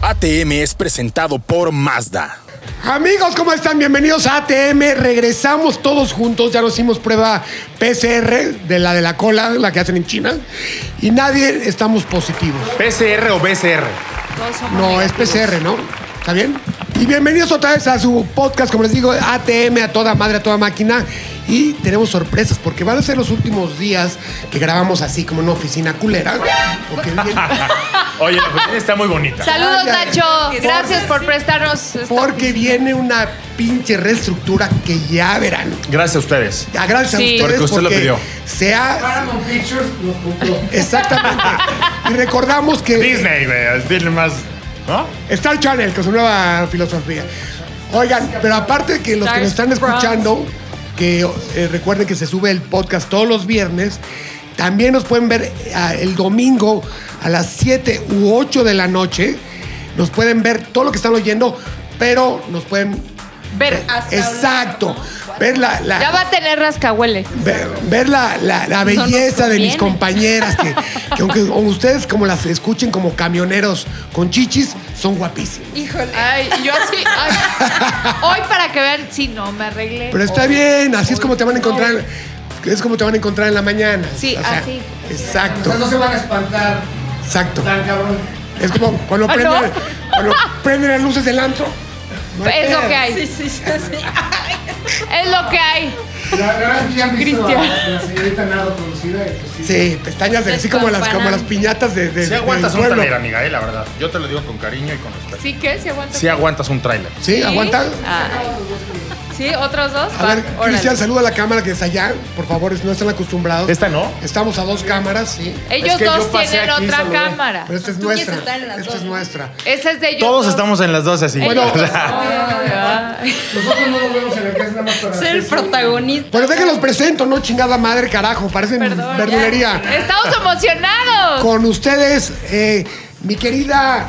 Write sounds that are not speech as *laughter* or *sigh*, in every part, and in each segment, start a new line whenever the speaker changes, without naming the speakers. ATM es presentado por Mazda.
Amigos, ¿cómo están? Bienvenidos a ATM. Regresamos todos juntos. Ya nos hicimos prueba PCR de la de la cola, la que hacen en China. Y nadie estamos positivos.
¿PCR o BCR?
No, es PCR, ¿no? ¿Está bien? Y bienvenidos otra vez a su podcast, como les digo, ATM, a toda madre, a toda máquina. Y tenemos sorpresas, porque van a ser los últimos días que grabamos así como en una oficina culera. Porque
*laughs*
viene-
*laughs* Oye, la oficina está muy bonita.
Saludos,
Ay, ay,
Nacho. Gracias por prestarnos. esta
porque viene una pinche reestructura que ya verán.
Gracias a ustedes.
Ya, gracias
Sí.
a ustedes
Porque
porque,
usted lo pidió.
Sea *laughs* exactamente. y recordamos que
Disney, güey. es Disney más. ¿No?
Star Channel con su nueva filosofía. Oigan, pero aparte de que los que nos están
Stars Bros.
escuchando, que eh, recuerden que se sube el podcast todos los viernes, también nos pueden ver ah, el domingo a las 7 u 8 de la noche. Nos pueden ver todo lo que están oyendo, pero nos pueden...
Ver.
Exacto. Ver la, la-
Ya va a tener rascahuele.
ver, ver la, la- la belleza de mis
conviene.
compañeras,
*laughs*
que, que aunque ustedes como las escuchen como camioneros con chichis, son guapísimas.
Híjole. Ay, yo así. ay. *laughs* Hoy para que vean si no me arreglé.
Pero está bien, así es como te van a encontrar. Es como te van a encontrar en la mañana.
Sí, así.
Exacto,
no se van a espantar
exacto.
tan cabrón.
Es como cuando
Ah,
prenden,
¿no? *laughs*
cuando prenden las luces del antro.
Es lo que hay. *laughs* Es lo que hay.
La verdad es que ya han visto a
Cristian.
la señorita Nado conducida. y pues sí.
Sí, pestañas de- así como las, como las piñatas de, de-
Si aguantas
del
un
pueblo.
tráiler, amiga, eh, la verdad. Yo te lo digo con cariño y con respeto.
¿Sí que ¿Sí aguanta?
Si aguantas un tráiler.
Sí, aguanta.
Ah. ¿Sí? ¿Otros dos?
A
Va,
ver,
órale.
Cristian, saluda a la cámara que está allá. Por favor, no están acostumbrados.
Esta no.
Estamos a dos cámaras, sí.
Ellos
Es que yo
dos
pasé
tienen
aquí,
otra
saludé.
cámara.
Pero esta es nuestra. Esta es nuestra.
Esa es de ellos.
Todos
dos.
estamos en las dos así.
Bueno,
*laughs*
Nosotros no nos vemos en el que es nada más para
Ser el
hacer-
protagonista.
Pero déjenlos presento, no chingada madre, carajo. Parecen
Perdón,
verdulería.
ya. Estamos emocionados.
Con ustedes, eh, mi querida,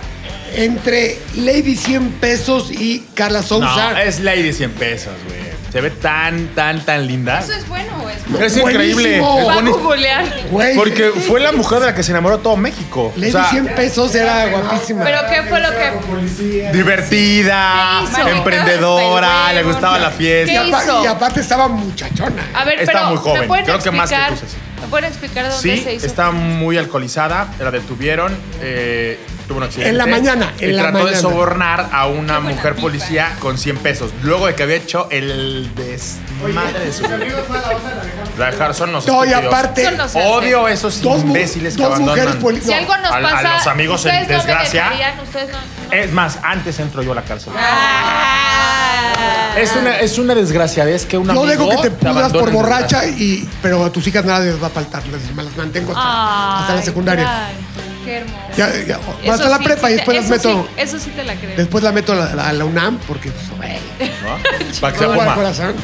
entre Lady 100 pesos y Carla Sousa.
no, eh, es Lady 100 pesos, güey. Se ve tan, tan, tan linda.
¿Eso es bueno o es malo?
Es increíble. Es
Buenísimo.
Va a
boni-
googlear.
Güey,
Porque fue la mujer de la que se enamoró todo México. O
Lady
sea,
100 pesos era guapísima.
¿Pero qué fue lo que...?
Policía.
divertida,
¿Qué hizo?
emprendedora,
Hasta el
le gustaba
huevo.
la fiesta.
y, apa-
hizo? Ah,
y aparte estaba muchachona.
A ver,
Está
pero
muy joven.
¿me pueden
Creo que más que tú,
explicar,
Ceci.
¿Me pueden explicar dónde
Sí,
se hizo?
está muy alcoholizada, la detuvieron, eh, tuvo un accidente.
En la mañana,
y
en la
trató
mañana.
de sobornar a una mujer
tipa.
policía con 100 pesos, luego de que había hecho el desmadre de su
Sus amigos mala onda la dejaron.
La dejar son los
No, y
estúpidos.
aparte,
Eso no se hace.
Odio a esos
dos, mu-
imbéciles que
dos mujeres
abandonan.
policías.
Si algo nos
a- a
pasa...
los amigos en
ustedes no me
desgracia. Eh.
dejarían, ustedes no-
Es más, antes entro yo a la cárcel.
Ah.
Es una, es una desgraciadez que una
No dejo que te pudras por borracha, y, pero a tus hijas nada les va a faltar. Les, me las mantengo hasta, hasta la
Ay,
secundaria.
tranqui, Qué hermoso.
Ya, ya, o-
Eso
hasta la
sí,
prepa
sí
y
te-
después las
eso
meto.
sí, eso sí te la creo.
Después la meto a la, a la UNAM porque pues, güey, *laughs*
Para que se
no guarda
fuma.
corazón.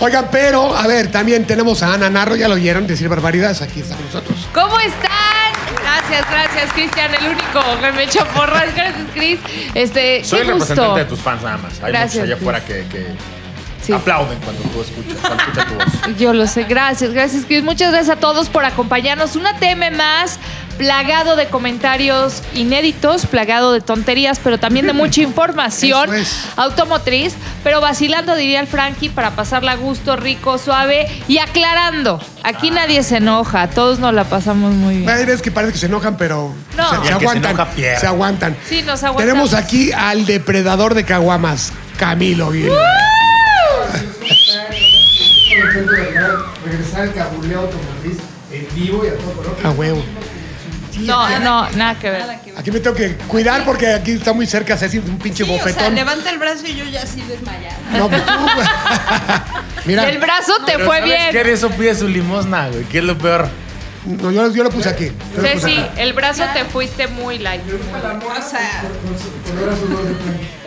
Oigan, pero, a ver, también tenemos a Ana Narro, ya lo oyeron decir barbaridades, aquí está con nosotros.
¿Cómo están? Gracias, gracias, Cristian, el único que me echó porras. Gracias, Cris. Este,
Soy el
qué gusto.
representante de tus fans nada más. Hay
Gracias,
muchos allá
Cris.
afuera que, que
Sí.
aplauden cuando tú escuchas, cuando escuchas tu voz.
Yo lo sé, gracias, gracias Cris. Muchas gracias a todos por acompañarnos. Una TM más plagado de comentarios inéditos, plagado de tonterías, pero también de mucha información
Eso es.
automotriz, pero vacilando, diría el Frankie, para pasarla a gusto, rico, suave y aclarando. Aquí nadie se enoja, todos nos la pasamos muy bien.
Hay veces que parece que se enojan, pero
No.
se, se
Y el
que se
aguantan.
enoja pierde.
se aguantan.
Sí, nos aguantamos.
Tenemos aquí al depredador de caguamas, Camilo Guil.
Por ejemplo, de verdad, regresar al cabuleo automotriz en vivo y a todo color.
A huevo.
No, no, nada que ver.
que
Aquí me tengo que cuidar porque aquí está muy cerca Ceci de un pinche
Sí, o sea,
bofetón.
levanta el brazo y yo ya así desmayada.
no,
*laughs*
pues tú, güey. Mira,
El brazo te
Pero
fue
¿sabes
bien.
qué? De eso pide su limosna, güey. ¿Qué es lo peor?
no, yo, lo- yo lo puse aquí. Yo lo puse
Ceci,
acá.
el brazo te fuiste muy light.
O sea,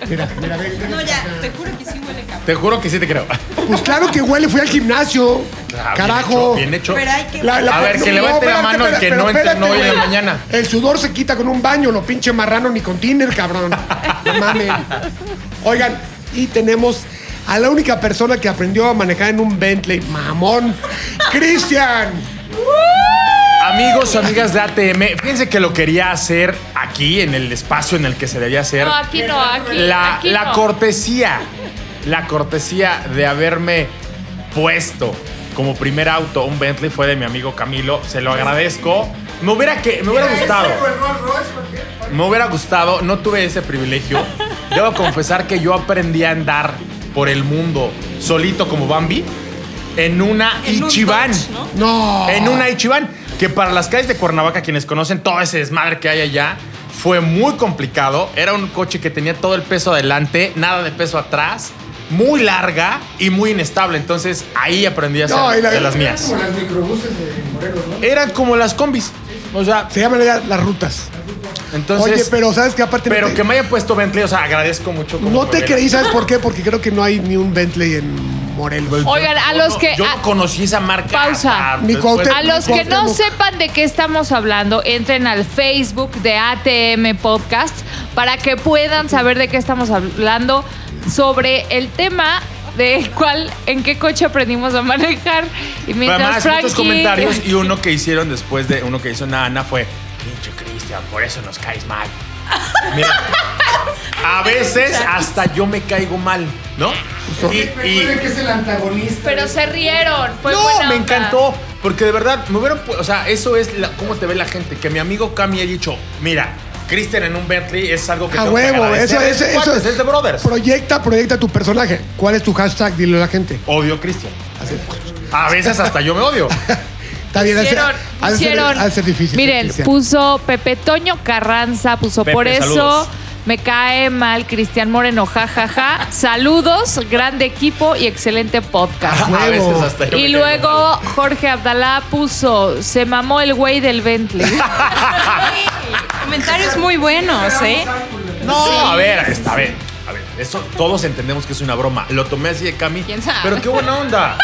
Mira, mira, ve, ve.
no, ya, te juro que sí huele cabrón.
Te juro que sí te creo. *laughs*
Pues claro que huele, fui al gimnasio.
Ah, bien
Carajo.
hecho, Bien hecho.
Pero hay que.
A ver, que levante la mano el
espérate,
que
pero
no entrenó
espérate,
hoy en la
güey.
mañana.
El sudor se quita con un baño, lo pinche marrano ni con tiner, cabrón. No mames. Oigan, y tenemos a la única persona que aprendió a manejar en un Bentley, mamón, Cristian.
Amigos, amigas de ATM, fíjense que lo quería hacer aquí, en el espacio en el que se debía hacer.
No, aquí no, aquí.
la,
aquí
la
no.
cortesía, la cortesía de haberme puesto como primer auto un Bentley fue de mi amigo Camilo, se lo agradezco. Me hubiera, que, me hubiera gustado,
este
me hubiera gustado, no tuve ese privilegio. Debo confesar que yo aprendí a andar por el mundo solito como Bambi en una
en un
Ichiban.
touch, ¿no?
No.
En una Ichiban, que para las calles de Cuernavaca, quienes conocen todo ese desmadre que hay allá, fue muy complicado. Era un coche que tenía todo el peso adelante, nada de peso atrás, muy larga y muy inestable. Entonces ahí aprendí a hacer
No, y la-
de las mías.
Como las microbuses de Morelos, ¿no?
Eran como las combis. O sea,
Se llaman ya las rutas.
entonces.
Oye, pero ¿sabes qué? Aparte no
pero
te-
que me haya puesto Bentley, o sea, agradezco mucho. como
No te
Morelos.
creí, ¿sabes por qué? Porque creo que no hay ni un Bentley en Morelos.
Oigan, a los
No,
que.
Yo
a-
no conocí esa marca.
Pausa.
hasta
Ni
después.
Cuauhtémoc.
A los que no
Cuauhtémoc.
sepan de qué estamos hablando, entren al Facebook de ATM Podcast para que puedan saber de qué estamos hablando sobre el tema de cuál, en qué coche aprendimos a manejar. Y mientras
Además, muchos
Frankie-
comentarios
*laughs*
y uno que hicieron después de uno que hizo Nana fue, pinche Cristian, por eso nos caes mal. Mira, a veces hasta yo me caigo mal, ¿no?
Pues,
Y,
Recuerden que
y-
es el antagonista.
Pero se rieron. Fue buena
no, me
onda.
encantó, porque de verdad, me hubieran, pu- o sea, eso es la- cómo te ve la gente, que mi amigo Cami ha dicho, mira, Cristian en un Bentley es algo que
A
tengo que
huevo,
agradecer".
eso,
es,
eso,
de
eso.
cuates, es de brothers.
Proyecta, proyecta tu personaje. ¿Cuál es tu hashtag? Dile a la gente.
Odio a Cristian.
Así.
A veces hasta yo
*laughs*
me odio.
Está bien, hace-
Pusieron,
ha de ser-
pusieron-
ha de ser difícil.
Miren,
Cristian.
puso Pepe Toño Carranza, puso
Pepe,
por eso
saludos.
me cae mal Cristian Moreno, jajaja. Saludos, *laughs* grande equipo y excelente podcast.
A
huevo.
veces hasta yo me
Y
caigo mal.
luego Jorge Abdalá puso, se mamó el güey del
*laughs*
Bentley.
Comentarios muy buenos, ¿eh?
No, a ver, esta- a ver, a ver, eso todos entendemos que es una broma. Lo tomé así de Cami.
¿Quién sabe?
Pero qué buena
*laughs*
onda.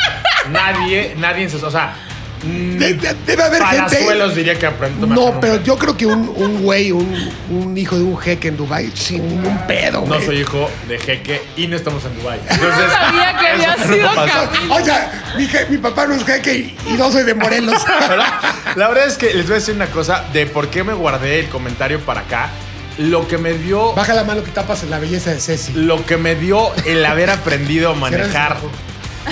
nadie, nadie en sus, o sea, mm,
De- de- debe haber
palazuelos
gente.
diría que aprendo
No, pero yo creo que un, un güey, un, un hijo de un jeque en Dubai, sin ningún pedo,
no
güey.
soy hijo de jeque y no estamos en Dubai. Entonces,
No sabía que había
eso no
sido
pasó.
Cami.
O sea, mi, je- mi papá no es jeque y, y no soy de Morelos. *laughs*
¿verdad? La verdad es que les voy a decir una cosa de por qué me guardé el comentario para acá. Lo que me dio
Baja la mano que tapas la belleza de Ceci.
lo que me dio el haber aprendido a manejar.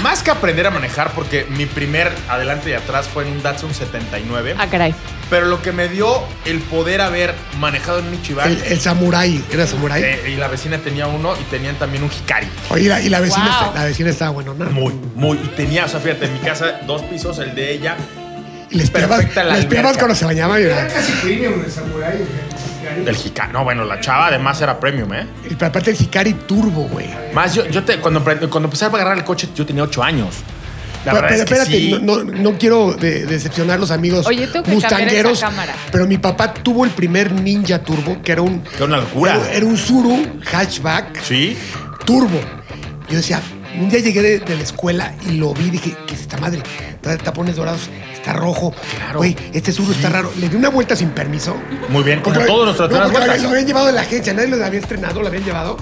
Más que aprender a manejar, porque mi primer adelante y atrás fue en un Datsun 79.
ah, caray.
Pero lo que me dio el poder haber manejado en un Ichiban.
El, el samurái, era samurái.
eh, y la vecina tenía uno y tenían también un Hikari.
Oye, y la, y la vecina,
Wow.
está- la vecina estaba bueno, ¿no?
Muy, muy. Y tenía, o sea, fíjate, en mi casa dos pisos, el de ella.
Y les pierdas,
perfecta la
les pierdas
alberca.
cuando se bañaba. mira.
Era casi premium el samurái. güey.
Del Hikari. No, bueno, la chava además era premium, ¿eh?
Y aparte el Hikari Turbo, güey.
Más, yo, yo te, cuando, empre- cuando empecé a agarrar el coche, yo tenía ocho años. La
Pero,
verdad
pero
es que
espérate,
sí.
no, no- no quiero de- decepcionar a los amigos
Oye, tengo que cambiar
mustangueros,
esa cámara.
pero mi papá tuvo el primer Ninja Turbo, que era un...
Era una locura.
Era, era un Zuru hatchback
Sí.
turbo. Yo decía, un día llegué de, de la escuela y lo vi y dije, ¿qué es esta madre? Trae tapones dorados, está rojo.
Claro.
Güey, este Zuru está raro. Le di una vuelta sin permiso.
Muy bien, como todos nos
No,
trataron
porque lo habían- lo habían llevado de la agencia, nadie lo había estrenado, lo habían llevado.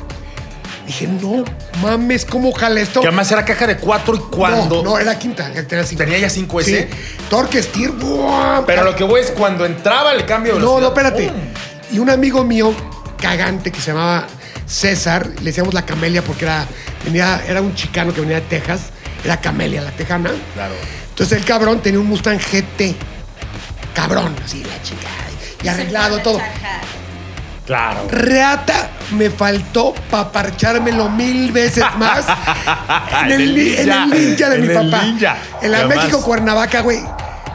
Dije, no mames, ¿cómo jala esto?
Que además era caja de cuatro y cuando.
No, no, era quinta. Tenía, cinco.
Tenía ya cinco S.
Torque Steer. ¡buah!
Pero lo que voy es cuando entraba el cambio de
No, no,
velocidad,
espérate.
¡pum!
Y un amigo mío, cagante, que se llamaba César, le decíamos la camelia porque era, venía, era un chicano que venía de Texas. Era camelia, la tejana.
Claro.
Entonces el cabrón tenía un Mustang GT. Cabrón, así la chica. Y arreglado todo.
Claro. *laughs*
Reata me faltó para parchármelo mil veces
*laughs*
más en, el, ni- en el ninja de
En
mi
el
papá.
ninja.
En la
Además-
México Cuernavaca, güey.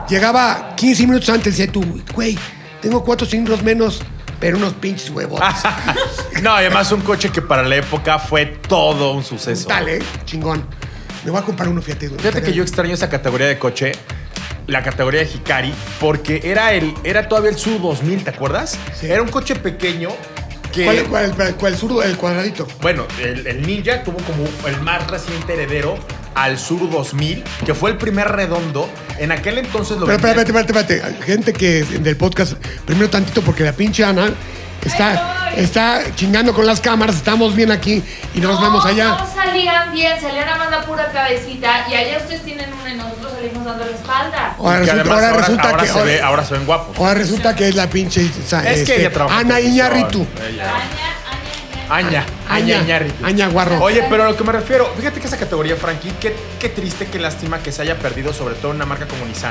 Llegaba 15 minutos antes y decía tú, güey, Tengo cuatro cilindros menos, pero unos pinches huevos.
Ah, No, además un coche que para la época fue todo un suceso.
Dale, eh? chingón. Me voy a comprar uno, fíjate. güey.
Fíjate que yo extraño esa categoría de coche, la categoría de Hikari, porque era el, era todavía el Sur 2000, ¿te acuerdas?
Sí.
Era un coche pequeño que...
¿Cuál, cuál, cuál, cuál zurdo? El cuadradito.
Bueno, el, el Ninja tuvo como el más reciente heredero al Sur 2000, que fue el primer redondo. En aquel entonces lo
Pero
vendían-
espérate, espérate, espérate. Gente que del podcast, primero tantito, porque la pinche Ana está,
Ahí voy.
está chingando con las cámaras. Estamos bien aquí y nos vemos allá.
No salían bien, salían nada más la pura cabecita y allá ustedes tienen una y nosotros salimos dando la espalda.
Ahora
Y que
resulta,
además
ahora
ahora-
resulta
ahora
que.
se
ahora,
ve- ahora se ven guapos.
ahora resulta que es la pinche. o sea,
Es que
este,
ella trabaja. en
Ana
televisión.
Iñarritu.
Ella-
Aña, aña, aña.
Aña,
Aña,
Aña, Iñárritu.
Aña Guarro.
Oye, pero a lo que me refiero, fíjate que esa categoría, Frankie, qué, qué triste, qué lástima que se haya perdido, sobre todo en una marca como Nissan.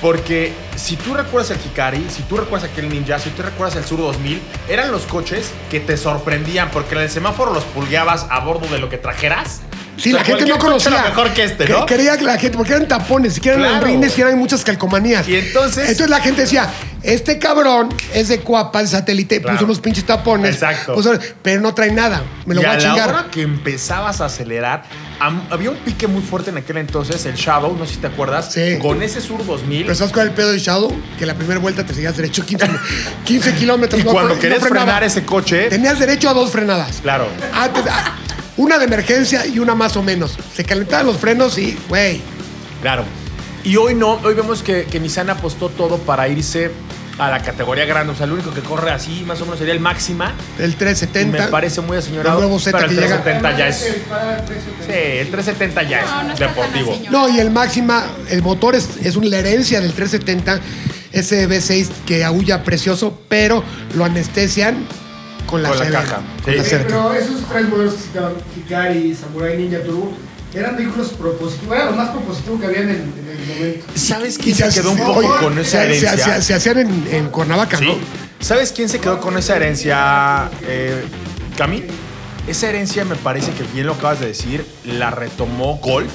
Porque si tú recuerdas el Hikari, si tú recuerdas aquel Ninja, si tú recuerdas el Sur 2000, eran los coches que te sorprendían porque en el semáforo los pulgueabas a bordo de lo que trajeras.
Sí,
O sea,
la gente no
cualquier coche
conocía.
era mejor que este, ¿no?
Creía que la gente, porque eran tapones, siquiera eran
Claro.
rines y eran muchas calcomanías.
Y entonces-
Entonces la gente decía, este cabrón es de Cuapa, el satélite,
Claro.
puso unos pinches tapones.
Exacto.
puso- pero no trae nada, me lo
y
voy a,
a la
chingar.
hora que empezabas a acelerar, am- había un pique muy fuerte en aquel entonces, el Shadow, no sé si te acuerdas,
Sí.
con ese Sur 2000.
Pero ¿sabes cuál es el pedo de Shadow? Que la primera vuelta te seguías derecho 15, 15 kilómetros.
y
no
cuando
fre- no
querías
frenaba.
frenar ese coche, ¿eh?
Tenías derecho a dos frenadas.
claro.
Antes, ah, una de emergencia y una más o menos. Se calentaban los frenos y, güey,
Claro. Y hoy no, hoy vemos que, que Nissan apostó todo para irse a la categoría grande. O sea, el único que corre así, más o menos, sería el máxima.
el
Y
370.
me parece muy aseñorado.
El nuevo Z
pero el
que llega.
370 ya es.
Se
Sí,
dispara el precio que-
el 370 ya es
No, no está tan
deportivo.
aseñorado.
No, y el máxima, el motor es, es una herencia del 370, ese V6 que aúlla precioso, pero lo anestesian con la,
Con la
CB,
caja,
con
sí.
la
Sí,
cerca.
pero esos tres modelos que citaban, Hikari, Samurai, Ninja Turbo, eran vehículos propositivos, era lo más propositivo que había en el, en el momento.
¿Sabes quién
Y
se quedó un poco
oye,
con esa
se- se-
herencia?
Se, se hacían en, en Cuernavaca,
Sí.
¿no?
¿Sabes quién se quedó con esa herencia, eh, Cami? Esa herencia me parece que bien lo acabas de decir, la retomó Golf.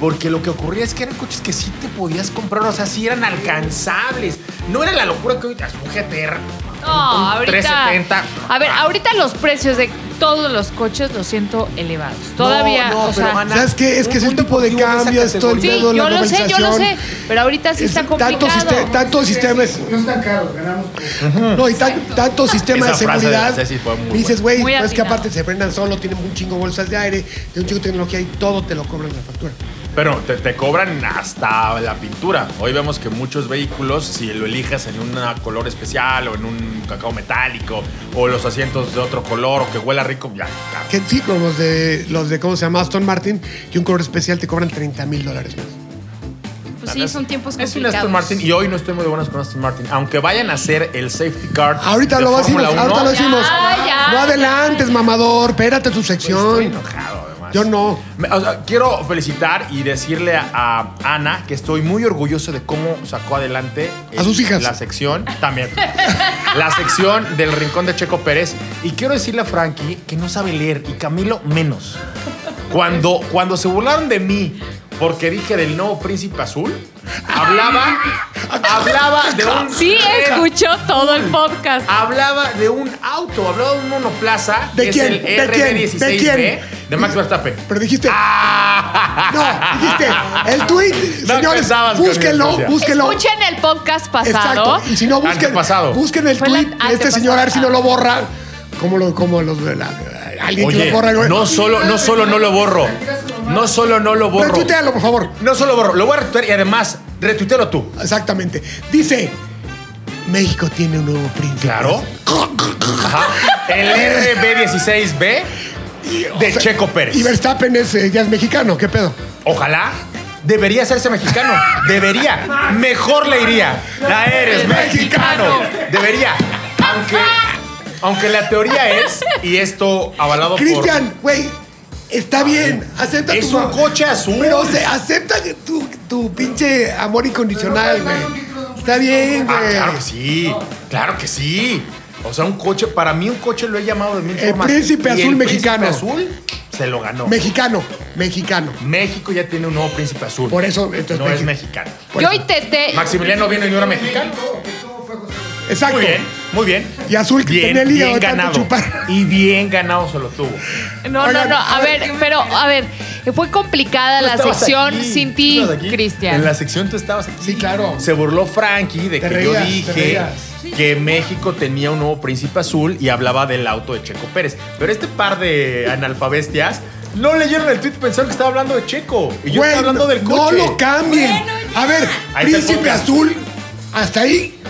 Porque lo que ocurría es que eran coches que sí te podías comprar, o sea, sí eran alcanzables. No era la locura que hoy es un GTR.
No, ahorita.
370.
A ver, ahorita los precios de todos los coches los siento elevados. Todavía,
No, no,
o
pero
sea,
Ana,
¿Sabes qué? Es que
un-
es el
un
tipo de
deportivo en esa
cambio, es todo el
categoría.
sí,
pedo, la
yo lo sé, yo lo sé.
globalización.
Pero ahorita sí
Es
está complicado.
tanto, sistema, tanto
Este
sistema es-
No están caros, ganamos.
*laughs*
por-
no, y tan- tanto sistema de
Esa frase de la
seguridad.
Ceci fue muy
dices, güey,
Muy
no es que
atinado.
aparte se frenan solo, tienen un chingo bolsas de aire, tienen un chingo de tecnología y todo te lo cobran en la factura.
Pero te, te cobran hasta la pintura. Hoy vemos que muchos vehículos, si lo elijas en un color especial o en un cacao metálico o los asientos de otro color o que huela rico, ya. ya.
Que sí, como los de, los de, ¿cómo se llama? Aston Martin, que un color especial te cobran 30 mil dólares más.
Pues sí, son tiempos
Es
complicados.
un Aston Martin y hoy no estoy muy de buenas con Aston Martin. Aunque vayan a hacer el safety car.
Ahorita
de
lo
Fórmula
decimos,
1,
ahorita lo
Ya,
decimos.
ya,
no
ya.
adelantes, mamador, espérate tu
Pues estoy
sección.
enojado, además.
Yo no.
Me- o sea, quiero felicitar y decirle a, a Ana que estoy muy orgulloso de cómo sacó adelante
A sus hijas.
la sección también. *laughs* la sección del rincón de Checo Pérez. Y quiero decirle a Frankie que no sabe leer y Camilo menos. Cuando, cuando se burlaron de mí porque dije del nuevo príncipe azul, hablaba, hablaba de un.
Sí, escuchó todo el podcast.
Hablaba de un auto, hablaba de un monoplaza.
¿De
que
quién?
Es el
¿De quién?
RB16B
¿De quién?
de Max Verstappen.
Pero dijiste,
Ah.
no, dijiste, el tweet,
*laughs* No
señores,
pensabas que
búsquenlo,
me decía.
búsquenlo.
Escuchen el podcast pasado.
Exacto. Y si no, busquen,
Antepasado.
busquen el
Fue la
tweet de este
antepasada.
señor, a ver si no lo borra. Como lo, como los de la- alguien que
Oye,
lo borra, güey.
no solo, no solo no lo borro. No solo no lo
Pero
borro.
tuitealo, por favor.
No solo borro, lo voy a retuitear y además, retuitealo tú.
Exactamente. Dice, México tiene un nuevo príncipe.
Claro. Ajá. El RB16B de Checo Pérez.
Y Verstappen es, eh, ya es mexicano, ¿qué pedo?
Ojalá. Debería hacerse mexicano. Debería. Mejor le iría. La eres mexicano. Debería. Aunque, aunque la teoría es, y esto avalado por.
Cristian, güey, está bien, acepta
Es
tu...
un coche azul.
Pero se acepta que tu, tu pinche amor incondicional, güey. Está bien,
Ah,
güey.
claro que sí. Claro que sí. O sea, un coche, para mí un coche lo he llamado de mil
El
formas.
príncipe
Y
azul
el
mexicano.
príncipe azul se lo ganó.
Mexicano, mexicano.
México ya tiene un nuevo príncipe azul.
Por eso, entonces,
no es
México.
mexicano.
Por
Yo
eso.
intenté.
Maximiliano vino y no era mexicano.
¿Cómo- ¿Cómo fue José? José?
Exacto.
Muy bien, muy bien.
Y azul que
bien,
tenía el hígado
bien
de tanto
ganado.
chupar.
Y bien ganado se lo tuvo.
No,
Oigan,
no, no. A
a
ver, pero, a ver, fue complicada
Pues
Tú
la
estabas
sección
aquí,
sin
tú
ti,
estabas aquí. En
Cristian.
la sección tú estabas aquí.
Sí, claro.
Se burló Frankie de
Te
que yo
reías, te
dije
reías.
que México tenía un nuevo príncipe azul y hablaba del auto de Checo Pérez. Pero este par de analfabestias no leyeron el tweet y pensaron que estaba hablando de Checo. Y yo
Güey,
estaba hablando del
No
coche.
lo cambien. a ver,
Ahí está el
Príncipe
podcast.
Azul, hasta ahí,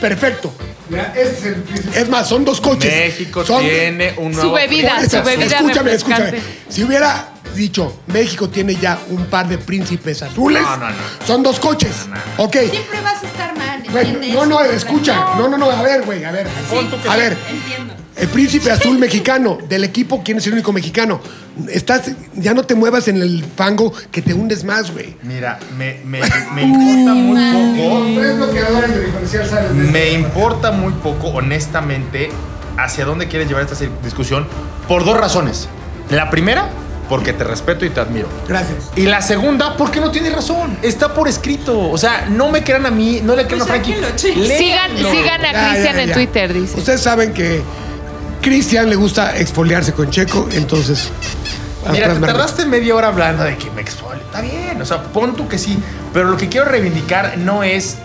perfecto.
Mira, este es el príncipe.
Es más, son dos coches.
México
Son-
tiene un
Su
nuevo
bebida,
príncipe
su
Esas,
azul.
bebida.
Escúchame,
refrescante.
escúchame. Si hubiera dicho, México tiene ya un par de príncipes azules.
No, no, no.
Son dos coches. Ok.
Siempre vas a estar mal.
Güey,
¿entiendes?
no, no, escucha. No, no, no. A ver, güey, a ver.
Pon tú que
A
sí.
ver,
Entiendo.
el príncipe azul mexicano del equipo, ¿quién es el único mexicano? Estás, ya no te muevas en el fango que te hundes más, güey.
Mira, me, me- me importa muy poco.
Tres bloqueadores de diferencial salen de
Me
este.
importa muy poco, honestamente, hacia dónde quieres llevar esta discusión por dos razones. La primera, porque te respeto y te admiro.
Gracias.
Y la segunda, porque no tienes razón. Está por escrito. O sea, no me crean a mí, no le crean a
Pues
Frankie.
sáquenlo, chicos.
Léanlo.
Sigan, sigan
Ya,
a Cristian
ya,
en
ya. Pues,
Twitter, dice.
Ustedes saben que Cristian le gusta exfoliarse con Checo, entonces.
Mira, te
atrás me arreglo.
tardaste media hora hablando de que me exfolio. Está bien, o sea, pon tú que sí. Pero lo que quiero reivindicar no es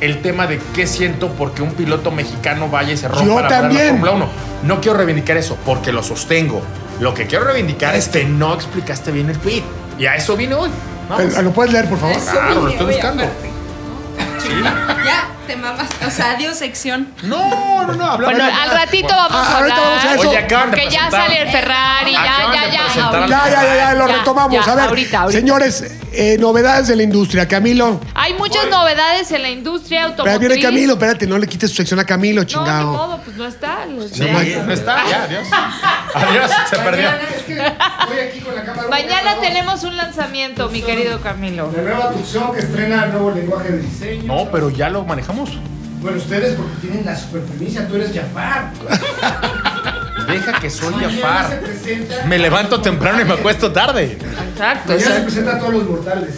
el tema de qué siento porque un piloto mexicano vaya y se rompa
Yo
la madre en
también.
la Fórmula 1. No quiero reivindicar eso porque lo sostengo. Lo que quiero reivindicar es que no explicaste bien el tweet. Y a eso vine hoy. Vamos.
Pero, Eh, ¿Lo puedes leer, por favor?
Eso
claro, lo
vine,
estoy
güey,
buscando.
aparte, ¿no? Ya, te mamaste. O sea, adiós sección.
No, no, no. hablaba
Bueno,
de-
al ratito vamos
Ah,
a
ahorita
hablar.
vamos a eso.
Oye, acaban de
porque ya
presentar-
sale el Ferrari, ya,
Acaban
ya,
de
ya.
presentar
ahorita.
al-
Ya, ya, ya, ya, lo
Ya,
retomamos.
ya,
a ver,
ahorita, ahorita.
señores, eh, novedades de la industria. Camilo,
Hay muchas novedades en la industria
pero
automotriz.
viene Camilo, espérate, no le quites su sección a Camilo,
No, ni
chingado.
modo, pues no está. Los-
No,
Sí, no está, ya, adiós. Adiós, se perdió.
Mañana, es que voy aquí con la cámara.
Mañana
Voy a
tenemos un lanzamiento, mi querido Camilo.
La nueva Tucson que estrena el nuevo lenguaje de diseño.
No, pero ya lo manejamos.
Bueno, ustedes porque tienen la super premisa, tú eres Jafar.
Deja que soy
Mañana se
Jafar.
presenta.
Me levanto temprano y me acuesto tarde.
Exacto.
Mañana se presenta a todos los mortales.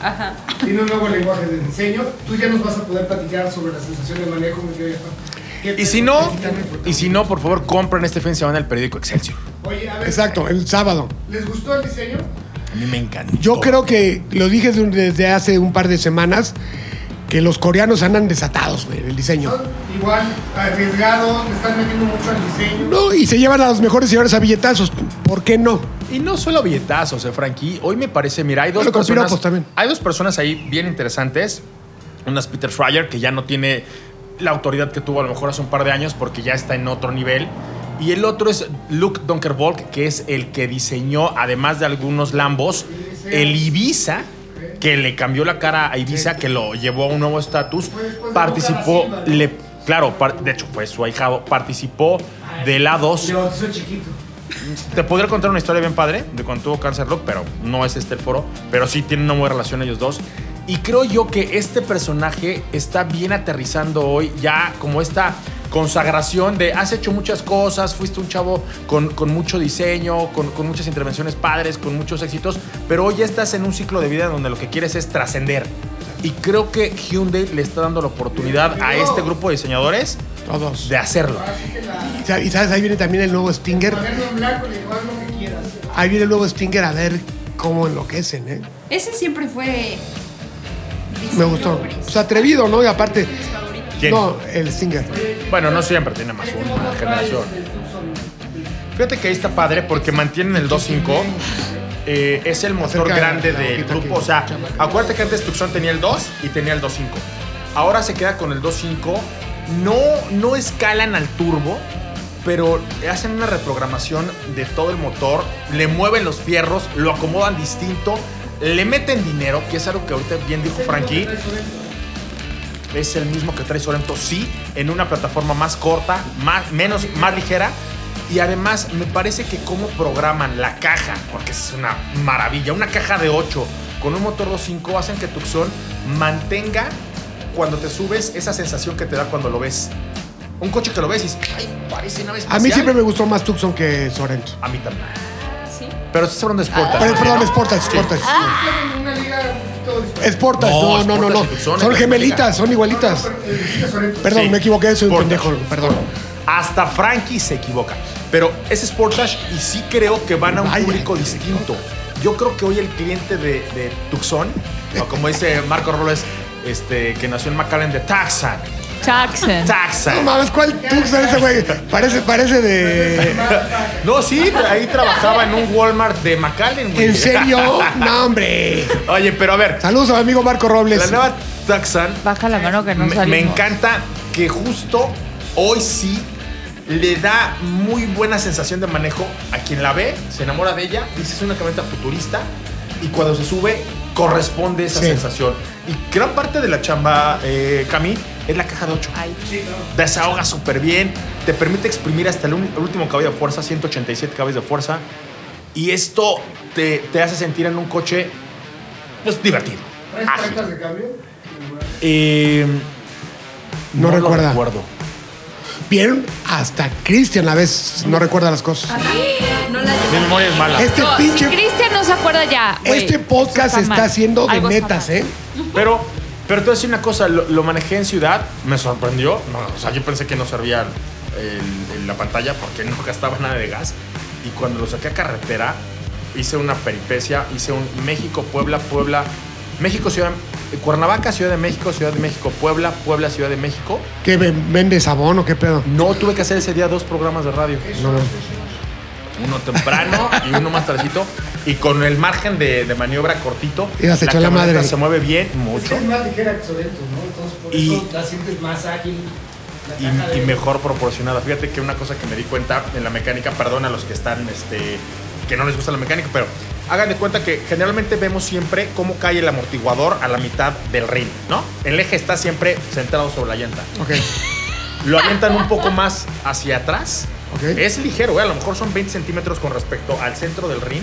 Ajá. Tiene un nuevo lenguaje de diseño. Tú ya nos vas a poder platicar sobre la sensación de manejo, mi querido Jafar. ¿Qué
Y
te-
si no,
qué tan importante?
y si no, por favor, compren este fin de semana el periódico Excelsior.
Oye, a ver.
Exacto, el sábado.
¿Les gustó el diseño?
A mí me encanta.
Yo creo que lo dije de- desde hace un par de semanas que los coreanos andan desatados, güey, en el diseño.
Son igual arriesgados, le están metiendo mucho al diseño.
No, y se llevan a los mejores señores a billetazos. ¿Por qué no?
Y no solo billetazos, eh, Frankie. Hoy me parece, mira, hay dos
Bueno, con
personas.
piropos también.
Hay dos personas ahí bien interesantes. Una es Peter Schreier, que ya no tiene la autoridad que tuvo a lo mejor hace un par de años porque ya está en otro nivel. Y el otro es Luke Dunkervolk, que es el que diseñó, además de algunos Lambos, el Ibiza, que le cambió la cara a Ibiza, que lo llevó a un nuevo estatus.
después de
Participó,
Boca a la cima, ¿no?
le, claro, par- de hecho fue su ahijado, participó de la 2.
Yo soy chiquito.
Te podría contar una historia bien padre de cuando tuvo cáncer Rock, pero no es este el foro. Pero sí tienen una buena relación ellos dos. Y creo yo que este personaje está bien aterrizando hoy, ya como esta consagración de has hecho muchas cosas, fuiste un chavo con, con mucho diseño, con, con muchas intervenciones padres, con muchos éxitos, pero hoy ya estás en un ciclo de vida donde lo que quieres es trascender. Y creo que Hyundai le está dando la oportunidad a este grupo de diseñadores
Todos.
de hacerlo.
Y sa- Y sabes, ahí viene también el nuevo Stinger.
Ponerlo en blanco y le digo, haz lo que quieras.
Ahí viene el nuevo Stinger a ver cómo enloquecen, ¿eh?
Ese siempre fue.
Me gustó. Pues atrevido, ¿no? Y aparte.
¿Quién?
No, el Stinger.
Bueno, no siempre, tiene más una generación. Fíjate que ahí está padre porque mantienen el 2.5. eh, es el motor
Acerca
grande
la
del
boquita
grupo.
aquí.
O sea, acuérdate que antes Tucson tenía el 2 y tenía el 2.5. Ahora se queda con el 2.5. No, no escalan al turbo, pero hacen una reprogramación de todo el motor. Le mueven los fierros, lo acomodan distinto. Le meten dinero, que es algo que ahorita bien dijo Frankie es el mismo que trae Sorento, sí, en una plataforma más corta, más, menos, más ligera. Y además me parece que cómo programan la caja, porque es una maravilla, una caja de 8 con un motor 2.5 hacen que Tucson mantenga cuando te subes esa sensación que te da cuando lo ves. Un coche que lo ves y dices, ay, parece una vez
A mí siempre me gustó más Tucson que Sorento.
A mí también. Pero estás hablando de Sportage.
Pero,
¿no?
perdón, Sportage, Sportage.
Tienen una liga un poquito
Esportas, no, no, no,
No,
no.
Sportage y Tucson,
Son
es
gemelitas, son igualitas. Perdón,
Sí.
me equivoqué, soy un
Sportage.
pendejo, perdón.
Hasta Frankie se equivoca. Pero es Sportage y sí creo que van a un
Vaya,
público
qué
distinto. Yo creo que hoy el cliente de, de Tucson, o como dice Marco Robles, este, que nació en McAllen, de Taxan.
Jackson.
No
Taxan.
mames, ¿cuál tuxa ese güey? Parece, parece de.
No, sí, ahí trabajaba en un Walmart de McAllen. güey.
¿En serio? No, hombre.
*laughs* Oye, pero a ver,
Saludos a mi amigo Marco
la
Robles.
nueva Taxan
Baja la mano que no
me,
salimos.
me encanta que justo hoy sí le da muy buena sensación de manejo a quien la ve, se enamora de ella, dice es una camioneta futurista y cuando se sube corresponde esa
Sí.
sensación. Y gran parte de la chamba, eh, Cami, es la caja de 8.
Ay,
Desahoga súper bien, te permite exprimir hasta el, un- el último caballo de fuerza, 187 caballos de fuerza. Y esto te, te hace sentir en un coche pues, divertido.
¿Traes
ágil.
tarjetas de cambio?
Eh,
No
lo
recuerda.
recuerdo.
Vieron hasta Cristian a veces no recuerda las cosas.
No la
Mi
llevo.
memoria es mala.
Este
No, si
pinche.
Cristian no se acuerda ya. güey,
Este podcast
está mal.
está haciendo de
Algo está
metas,
mal.
¿eh?
Pero, pero te voy a decir una cosa, lo, lo manejé en ciudad, me sorprendió. No, o sea, yo pensé que no servía el- el- la pantalla porque no *laughs* gastaba nada de gas. Y cuando lo saqué a carretera, hice una peripecia, hice un México, Puebla, Puebla, México, Ciudad, Cuernavaca, Ciudad de México, Ciudad de México, Puebla, Puebla, Ciudad de México.
¿Qué ven- vende sabón o qué pedo?
No tuve que hacer ese día dos programas de radio.
No, no.
Uno temprano y uno más tardecito. Y con el margen de, de maniobra cortito,
Y las echó la
camioneta
madre.
se mueve bien,
Es
mucho.
que es más ligera que Sorento, ¿no? Entonces, por
Y-
eso la sientes más ágil. la caja
y,
de-
y mejor proporcionada. Fíjate que una cosa que me di cuenta en la mecánica, perdón a los que están, este, que no les gusta la mecánica, pero hagan de cuenta que generalmente vemos siempre cómo cae el amortiguador a la mitad del ring, ¿no? El eje está siempre centrado sobre la llanta.
Ok.
Lo avientan un poco más hacia atrás.
Ok.
Es ligero, ¿eh? a lo mejor son 20 centímetros con respecto al centro del ring.